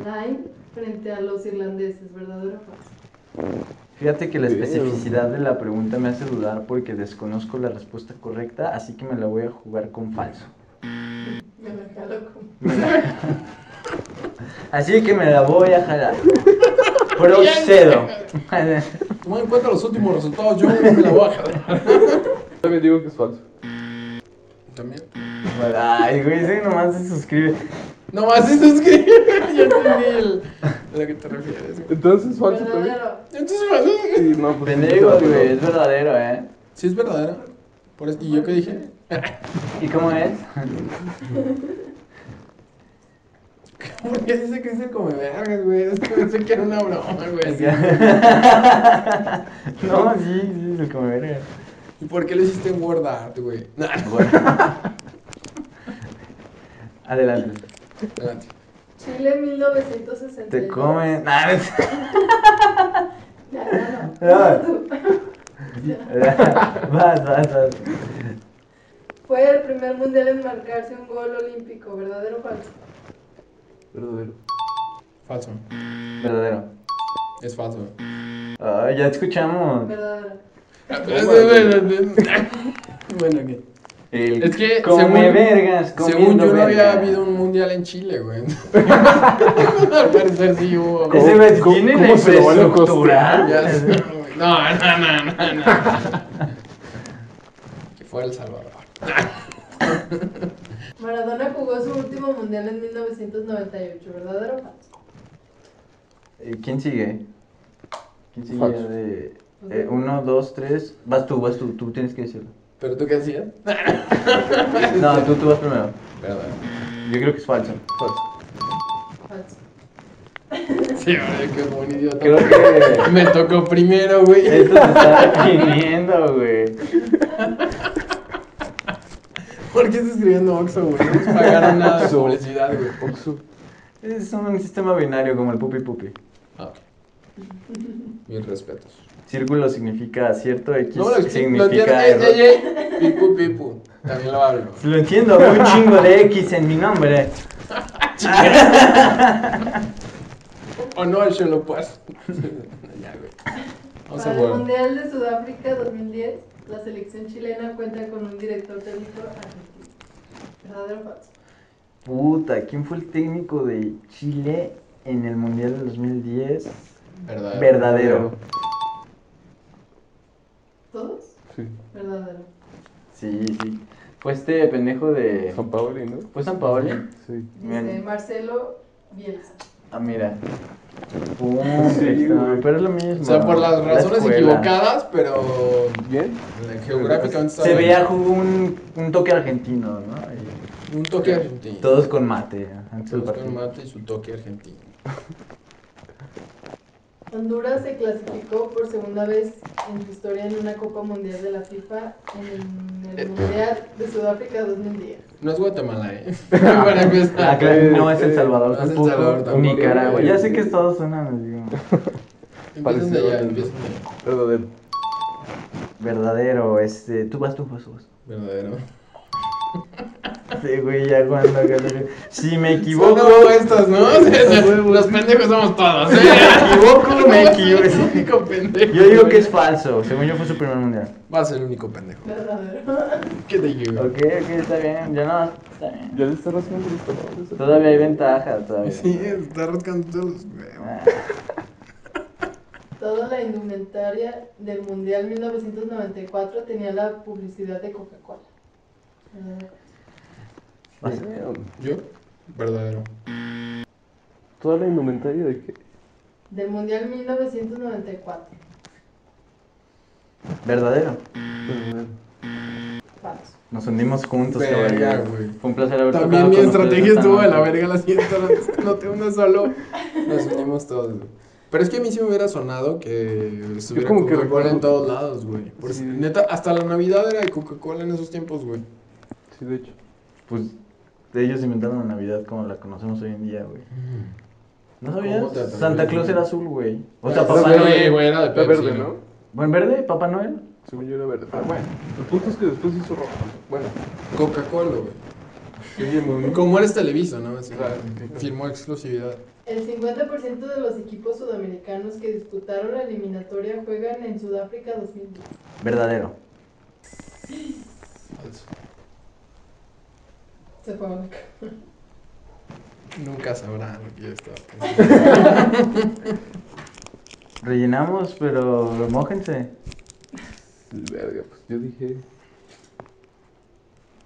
Lain frente a los irlandeses. ¿Verdadero o falso?
Fíjate que la
Bien.
especificidad de la pregunta me hace dudar porque desconozco la respuesta correcta, así que me la voy a jugar con falso.
Me la jalo como.
Así que me la voy a
<laughs>
jalar. Procedo.
Toma en cuenta los últimos resultados, yo me la voy a jalar.
También digo que es falso.
También.
Ay, güey, ese nomás se suscribe.
Nomás se <laughs> suscribe. Ya entendí el, a lo que te refieres, güey.
Entonces es falso también.
Verdadero.
Entonces, ¿verdad?
Sí, no, pues,
Pendejo,
sí,
güey, es verdadero, ¿eh?
Sí, es verdadero. Por eso- ¿Y yo qué dije? <laughs>
¿Y cómo es?
<laughs>
¿Por qué dice que es el come vergas, güey? Es que pensé que era una broma, güey. así.
no, sí, sí, es el come verga.
¿Y por qué lo hiciste en Word Art, güey? Nah,
<laughs>
Bueno. Adelante.
adelante.
Chile 1960.
Te comen. Nah, no.
Ya, ya, no.
Ya. <laughs>
Tú.
vas, vas, vas.
Fue el primer mundial en marcarse un gol olímpico, ¿verdadero o falso?
Verdadero.
Falso.
Verdadero.
Es falso. güey.
Ay, ya escuchamos.
Verdadero.
<laughs> bueno, ok.
El
Es que
come
según-
vergas,
Según
comiendo
yo no había
verga.
habido un mundial en Chile, güey. <laughs> Al parecer sí hubo. güey.
Ese güey
¿Cómo-
tiene la
cómo se lo van a
infraestructura. <laughs>
Ya sé, güey. No, no, no, no, no. Que fuera El Salvador.
Maradona jugó su último mundial en 1998, ¿verdadero o falso?
Eh, ¿Quién sigue? ¿Quién sigue
Falso.
de...? eh, uno, dos, tres... Vas tú, vas tú, tú tienes que decirlo.
¿Pero tú qué hacías?
No, tú, tú vas primero.
Perdón.
Yo creo que es falso.
Falso.
Falso.
Sí, güey, que como un idiota.
Creo <laughs> que...
Me tocó primero, güey.
Esto se está definiendo, güey.
¿Por qué estás escribiendo Oxxo, güey? No nos pagaron nada de
Oxxo.
publicidad, güey.
Oxo.
Es un sistema binario como el pupi pupi.
Ah. Mis respetos.
Círculo significa cierto, X
No, lo
significa
entiendo.
error.
eh, Ey, ey, ey. Pipu, pipu. También lo hablo.
Lo entiendo, veo un chingo de X en mi nombre.
O no, yo lo paso. <laughs> ya, güey. Vamos a
Para el
jugar.
mundial de Sudáfrica 2010, la selección chilena cuenta con un director técnico argentino. ¿Verdadero o falso?
Puta, ¿quién fue el técnico de Chile en el Mundial del 2010?
Verdadero.
Verdadero.
¿Todos?
Sí.
Verdadero.
Sí, sí. Fue este pendejo de...
San Paoli, ¿no?
¿Fue San Paoli?
Sí.
Dice
Bien.
Marcelo Bielsa.
Ah, mira.
Sí,
Ahí está.
güey.
pero es lo mismo.
O sea, por las
La
razones
escuela.
equivocadas, pero
¿Bien?
geográficamente
Se
estaba-
veía jugó un, un toque argentino, ¿no? Y
un toque argentino.
todos con mate. antes del
Todos con
partido.
mate y su toque argentino.
Honduras se clasificó por segunda vez en su historia en una Copa Mundial de la FIFA en el Mundial de Sudáfrica 2010.
No es Guatemala, ¿eh? <laughs> Para empezar.
Acá Ah, no es El Salvador,
No es El
tampoco,
Salvador tampoco.
Nicaragua. Ya sé que es todos suenan digo,
Empiecen de allá,
Parecido.
empiecen de allá.
Verdadero.
verdadero. Este, tú vas, tú vas, tú vas.
Verdadero.
Sí, güey, ya cuando. cuando- Si me
Son
equivoco.
opuestos, ¿no? O sea,
A huevo.
los pendejos somos todos,
Si
¿eh?
<laughs> me equivoco, me
Es el
equivoco.
único pendejo.
Yo digo que es falso. Según yo fue su primer mundial.
Va a ser el único pendejo.
Verdadero.
¿Qué te digo?
Ok, ok, está bien. Yo no, está bien.
Ya le está rascando los ¿eh? palabras.
Todavía hay ventaja, todavía.
Sí, está rascando todos los huevos.
Ah,
Toda la indumentaria del Mundial 1994 tenía la publicidad de Coca-Cola. Eh,
Ah,
Verdadero.
vas.
¿Yo? Verdadero.
Toda la indumentaria de que.
Del Mundial 1994.
Verdadero.
eh,
Falso.
Nos hundimos juntos,
Verga,
cabrón.
güey.
Fue un placer haber
También
tocado
mi
con ustedes
estrategia
esta
estuvo de la
noche.
verga, la siento, no, no te uno solo. Nos unimos todos, güey. Pero es que a mí sí me hubiera sonado que estuviera
como que
Coca-Cola
recuerdo-
en todos lados, güey. Por
Sí.
si- Neta, hasta la Navidad era de Coca-Cola en esos tiempos, güey.
Sí, de hecho.
Pues ellos inventaron la Navidad como la conocemos hoy en día, güey. ¿No
¿Cómo
sabías?
te atreves,
Santa Claus
güey?
era azul, güey. O
Ah,
sea,
esa
Papá
verde,
Noel.
güey, era de
Era
Pepsi,
verde,
¿no?
¿no?
¿Buen verde? ¿Papá Noel?
Según yo era verde. Pero bueno, el punto es que después hizo rojo. Bueno,
Coca-Cola, güey.
seguimos. ¿no?
Como eres Televisa, ¿no? Así,
Claro.
Firmó exclusividad.
El 50% de los equipos sudamericanos que disputaron la eliminatoria juegan en Sudáfrica 2010.
Verdadero.
Falso.
Se fue la cara.
Nunca sabrán lo que yo estaba pensando.
Rellenamos, pero mojense.
Verga, pues yo dije.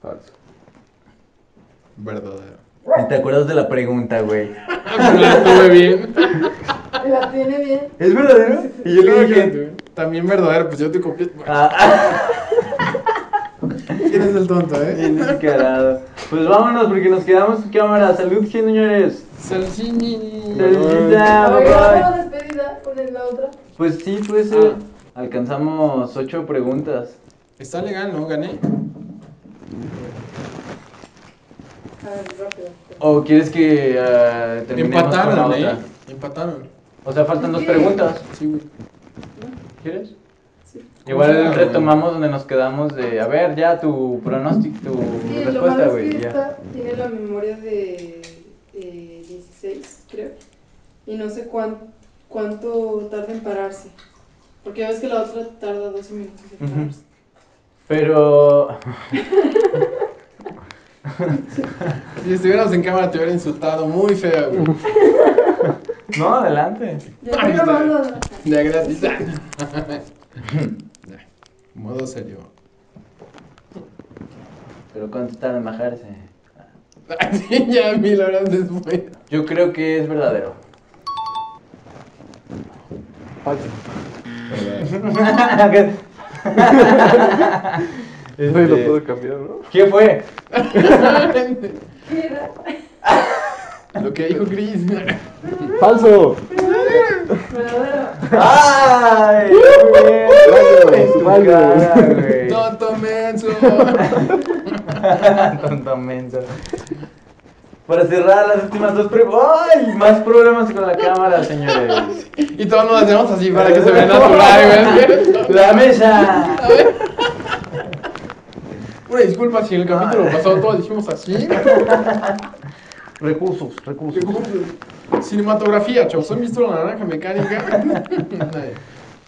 Falso.
Verdadero.
Ni te acuerdas de la pregunta, güey.
Ah, Pero la estuve bien.
La tiene bien.
¿Es verdadero? Y yo le dije.
También verdadero, pues yo te copié.
Ah, <laughs>
¿Quién es el tonto, eh?
bien descarado. Pues vámonos porque nos quedamos en cámara. Salud, señores.
Salsini.
Saludita, Ah, bye
Oiga,
bye.
la despedida con la otra.
Pues sí, pues eh, alcanzamos ocho preguntas.
Está legal, ¿no? Gané.
A ver, rápido.
¿O quieres que eh, terminemos con la
Empataron,
otra?
¿eh? Empataron.
O sea, faltan dos preguntas.
Sí, güey.
¿Quieres?
Sí.
Igual retomamos donde nos quedamos de, a ver, ya tu pronóstico, tu
Sí, lo malo
respuesta,
es que
güey. ya.
esta tiene la memoria de eh, 16, creo. Y no sé cuán- cuánto tarda en pararse. Porque ya ves que la otra tarda 12 minutos en
Ujú.
pararse.
Pero,
Si estuvieras en cámara te hubiera insultado muy
<laughs>
feo, güey.
no, adelante.
Ya estoy grabando. ¿no?
De gratis.
<laughs>
Modo serio. <laughs>
Pero cuánto tarda en bajarse.
Así ya mil
<laughs>
horas después.
Yo creo que es <laughs> verdadero.
Falso. Eso lo
Este,
pues,
puedo cambiar, ¿no?
¿Qué fue?
¿Qué era?
Lo que dijo Chris.
¡Falso!
Verdadero.
¡Ay!
Falso,
¡Muy bien! Tu
falso.
cara, güey.
Tonto menso.
Tonto menso. Para cerrar las últimas dos preguntas. ¡Ay! Más problemas con la cámara, señores.
Y todos nos hacemos así para que
<laughs>
se vea natural, güey.
La mesa.
Una disculpa si en el capítulo pasado todos dijimos así.
<laughs> Recursos, recursos.
Cinematografía, chavos. ¿Han visto la
<laughs>
naranja mecánica?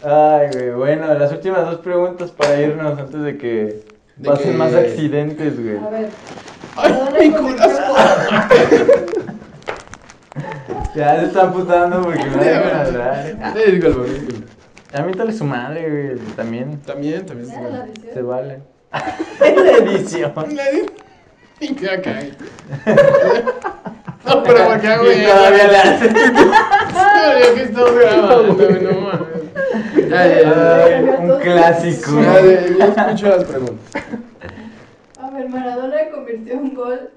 Ay, güey, bueno, las últimas dos preguntas para irnos antes de que
De
pasen
que-
más accidentes, güey.
A ver.
Ay, mi corazón.
Ya se están putando porque me
<laughs>
dejan hablar.
Sí, disculpa, disculpa.
A mí tal su madre, güey, también
También, también.
Ya, la
disculpa.
se
edición.
vale. La edición.
Nadie- Y que acá. <laughs> No, pero ¿por qué, güey?
Y todavía le hace.
Ay, aquí estamos
<laughs>
grabando, güey, no mames. Ya, ya, ya.
Ay, un clásico.
Ya, ya, ya escucho las preguntas.
A ver, Maradona convirtió un gol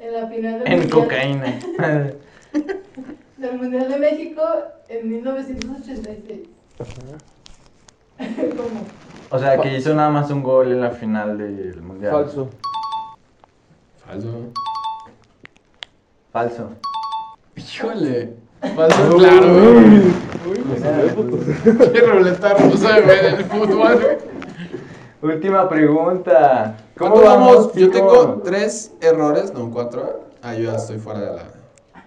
en la final del
En
Mundial-
cocaína. <laughs>
del Mundial de México en 1986. ¿Cómo?
O sea, que hizo nada más un gol en la final del mundial.
Falso.
Falso.
Falso.
Híjole. Falso, claro, güey.
pues,
Qué ruleta rusa, güey, del fútbol, güey.
Última pregunta.
¿Cómo vamos? Yo
chicos?
tengo tres errores, no cuatro. Ah, yo ya estoy fuera de la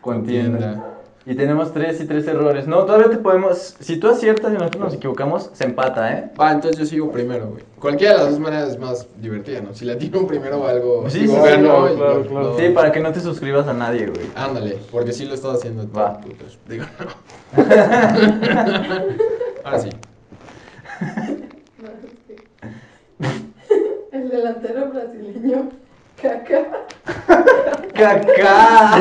Contienda. Y tenemos tres y tres errores. No, todavía te podemos. Si tú aciertas y nosotros nos equivocamos, se empata, ¿eh?
Va, entonces yo sigo primero, güey. Cualquiera de las dos maneras es más divertida, ¿no? Si la tiro primero o algo.
Sí,
digo,
sí, sí,
gano
claro,
y
claro,
lo-
claro.
lo-
Sí, para que no te suscribas a nadie, güey.
Ándale, porque sí lo estás haciendo tú.
Va.
tú, pues, Digo, no.
<laughs>
Ahora sí.
No, ok. <laughs> El delantero brasileño, Kaká,
¡Cacá!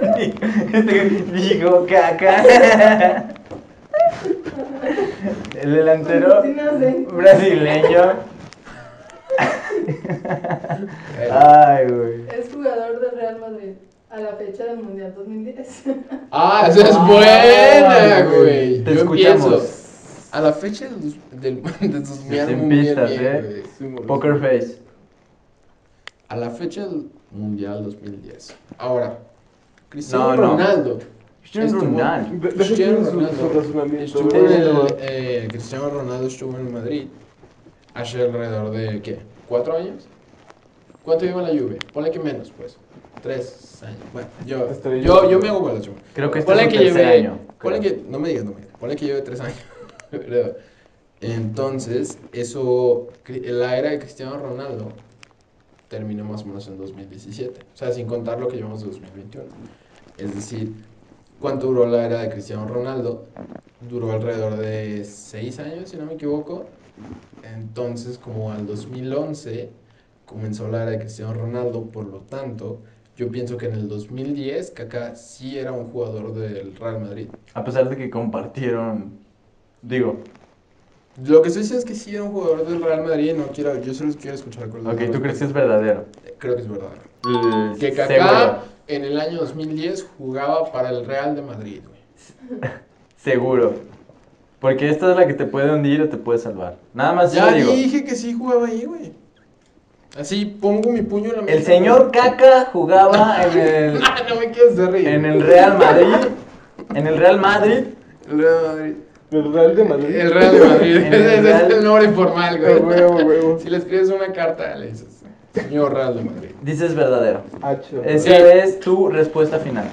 Este Dijo caca. El delantero
Argentina, sí.
brasileño.
Eh,
Ay, güey.
es jugador del Real Madrid a la fecha del Mundial <laughs> 2010.
Ah, esa es
Ah,
buena, güey.
Te
Yo
escuchamos.
empiezo. A la fecha de los- del, <laughs> de sus mundial,
Sin
mundial,
pistas,
bien,
eh.
güey.
Poker face.
A la fecha del mundial 2010. Ahora,
No,
Cristiano
no.
Ronaldo.
Cristiano
Estuvo-
Ronaldo.
Ve- deja que hagan su- su
Cristiano Ronaldo.
razonamiento,
Estuvo
güey.
en el, eh, Cristiano Ronaldo estuvo en Madrid hace alrededor de, ¿qué? ¿Cuatro años? ¿Cuánto lleva la lluvia? Ponle que menos, pues. Tres años. Bueno, yo,
Estoy-
yo, yo me hago con la lluvia.
Creo que este es su
que
tercer
lleve-
año,
Ponle
creo.
que, no me digas, no me digas. Ponle que lleve tres años. <laughs> Pero, entonces, eso, cri- la era de Cristiano Ronaldo terminó más o menos en 2017. O sea, sin contar lo que llevamos de 2021. Es decir, ¿cuánto duró la era de Cristiano Ronaldo? Duró alrededor de 6 años, si no me equivoco. Entonces, como al 2011 comenzó la era de Cristiano Ronaldo, por lo tanto, yo pienso que en el 2010 Kaká sí era un jugador del Real Madrid.
A pesar de que compartieron. Digo,
Lo que estoy diciendo es que sí era un jugador del Real Madrid, no quiero, yo solo quiero escuchar con
ok, ¿tú crees que es verdadero?
Creo que es verdadero.
Eh,
Que
Seguro.
Kaká en el año 2010 jugaba para el Real de Madrid, güey.
Seguro. Porque esta es la que te puede hundir o te puede salvar. Nada más
Ya
yo Ah, digo.
dije que sí jugaba ahí, güey. Así pongo mi puño en la mesa.
El señor Caca jugaba en el,
<laughs> Ah, no me quieres hacer reír.
en el Real Madrid. En el Real Madrid.
El Real Madrid.
El Real de Madrid.
El Real de
<laughs>
Madrid.
En el
Ese ese
Real-
<laughs> es el nombre formal,
Ah,
güey.
<laughs>
huevo, huevo.
Si le escribes una carta, le dices, señor Real de Madrid.
Dices verdadero.
Hacho.
Esa
Sí.
es tu respuesta final.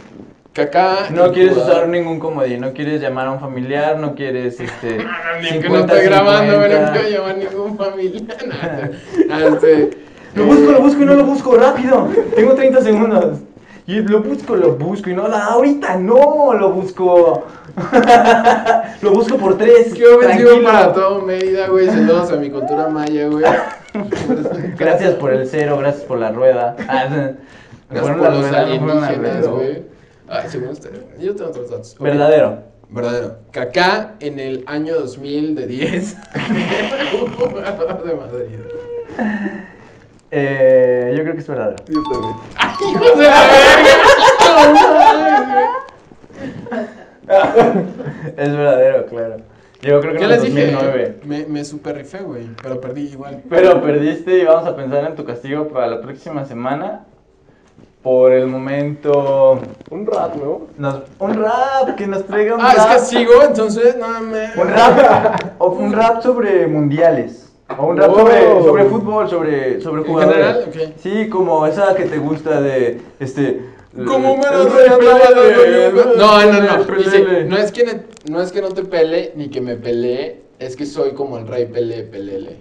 Kaká.
No
el
quieres
jugador-
usar ningún comodín, no quieres llamar a un familiar, no quieres
<laughs>
este.
Ah, Ni que no estoy
50,
grabando, güey. No
50.
quiero llamar ningún familiar. <laughs> nada. Ah, este,
Lo busco, lo busco y no lo busco, rápido. Tengo 30 segundos. Y lo busco, lo busco y no la ahorita no lo busco. <laughs> lo busco por tres.
Qué ofensivo
tranquilo.
para todo Mérida, güey. Saludos a mi cultura maya, güey.
Gracias por el cero, gracias por la rueda. <laughs> Ah, me
Gracias
fueron
por
la
los
rueda, me fueron la
alienígenas,
rueda.
güey. Ay, según ustedes. Yo tengo otros datos. Ok.
Verdadero.
Verdadero. Kaká en el año 2000
<laughs>
de 10. jugador de Madrid.
Eh, yo creo que es verdadero.
Yo también.
¡Ay, hijos de la verga!
Es verdadero, claro. Yo creo que
Yo
en el
les dije,
2009.
me, me super rifé, güey, pero perdí igual.
Pero perdiste y vamos a pensar en tu castigo para la próxima semana. Por el momento,
Un rap, ¿no?
nos- un rap que nos traiga un
Ah, es
rap.
castigo, entonces, no me...
Un rap, o un rap sobre mundiales. O un rap
Oh.
sobre, sobre fútbol, sobre, sobre
¿En
jugadores.
general? Ok.
Sí, como esa que te gusta de este.
Como
eh,
Maradona pelea a la Yuve. No, no, no.
Pelele,
Dice,
pelele.
no es que ne- no es que no te pele ni que me pelee, es que soy como el rey pele pelele.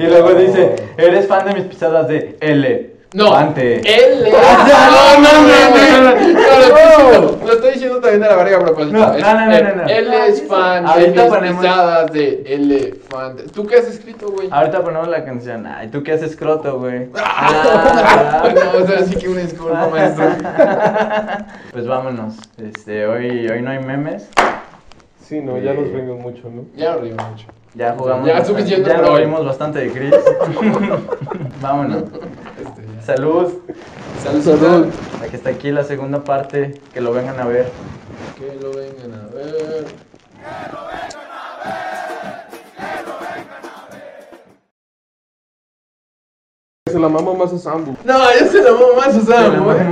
Y luego dice, eres fan de mis pisadas de L.
No. Eh.
Ante.
Él le-
Ah,
no, no, no, no, no,
no,
Lo estoy diciendo, lo estoy diciendo también a la verga a propósito.
No,
Es-
no, no, no,
él-
no, no.
Él es fan de
Ahorita
mis
ponemos-
pisadas de elefante. ¿Tú qué has escrito, güey?
Ahorita ponemos la canción. Ay, tú qué haces escroto, güey.
<laughs> Ah,
Ah,
bueno, o sea, sí que una disculpa, maestro.
<laughs> pues vámonos. Este, hoy, hoy no hay memes.
Sí, no, ya nos vengo mucho, ¿no?
Ya no río mucho.
Ya jugamos.
Ya
bastante-
suficiente
Ya
por
nos
hoy.
vimos bastante de Chris. <laughs> vámonos.
Este, ya.
Salud.
Salud,
Salud.
Aquí está aquí la segunda parte. Que lo vengan a ver.
Que lo vengan a ver.
se la mama más a Sambu.
No, yo se la mamo más, o sea,
Se la
güey.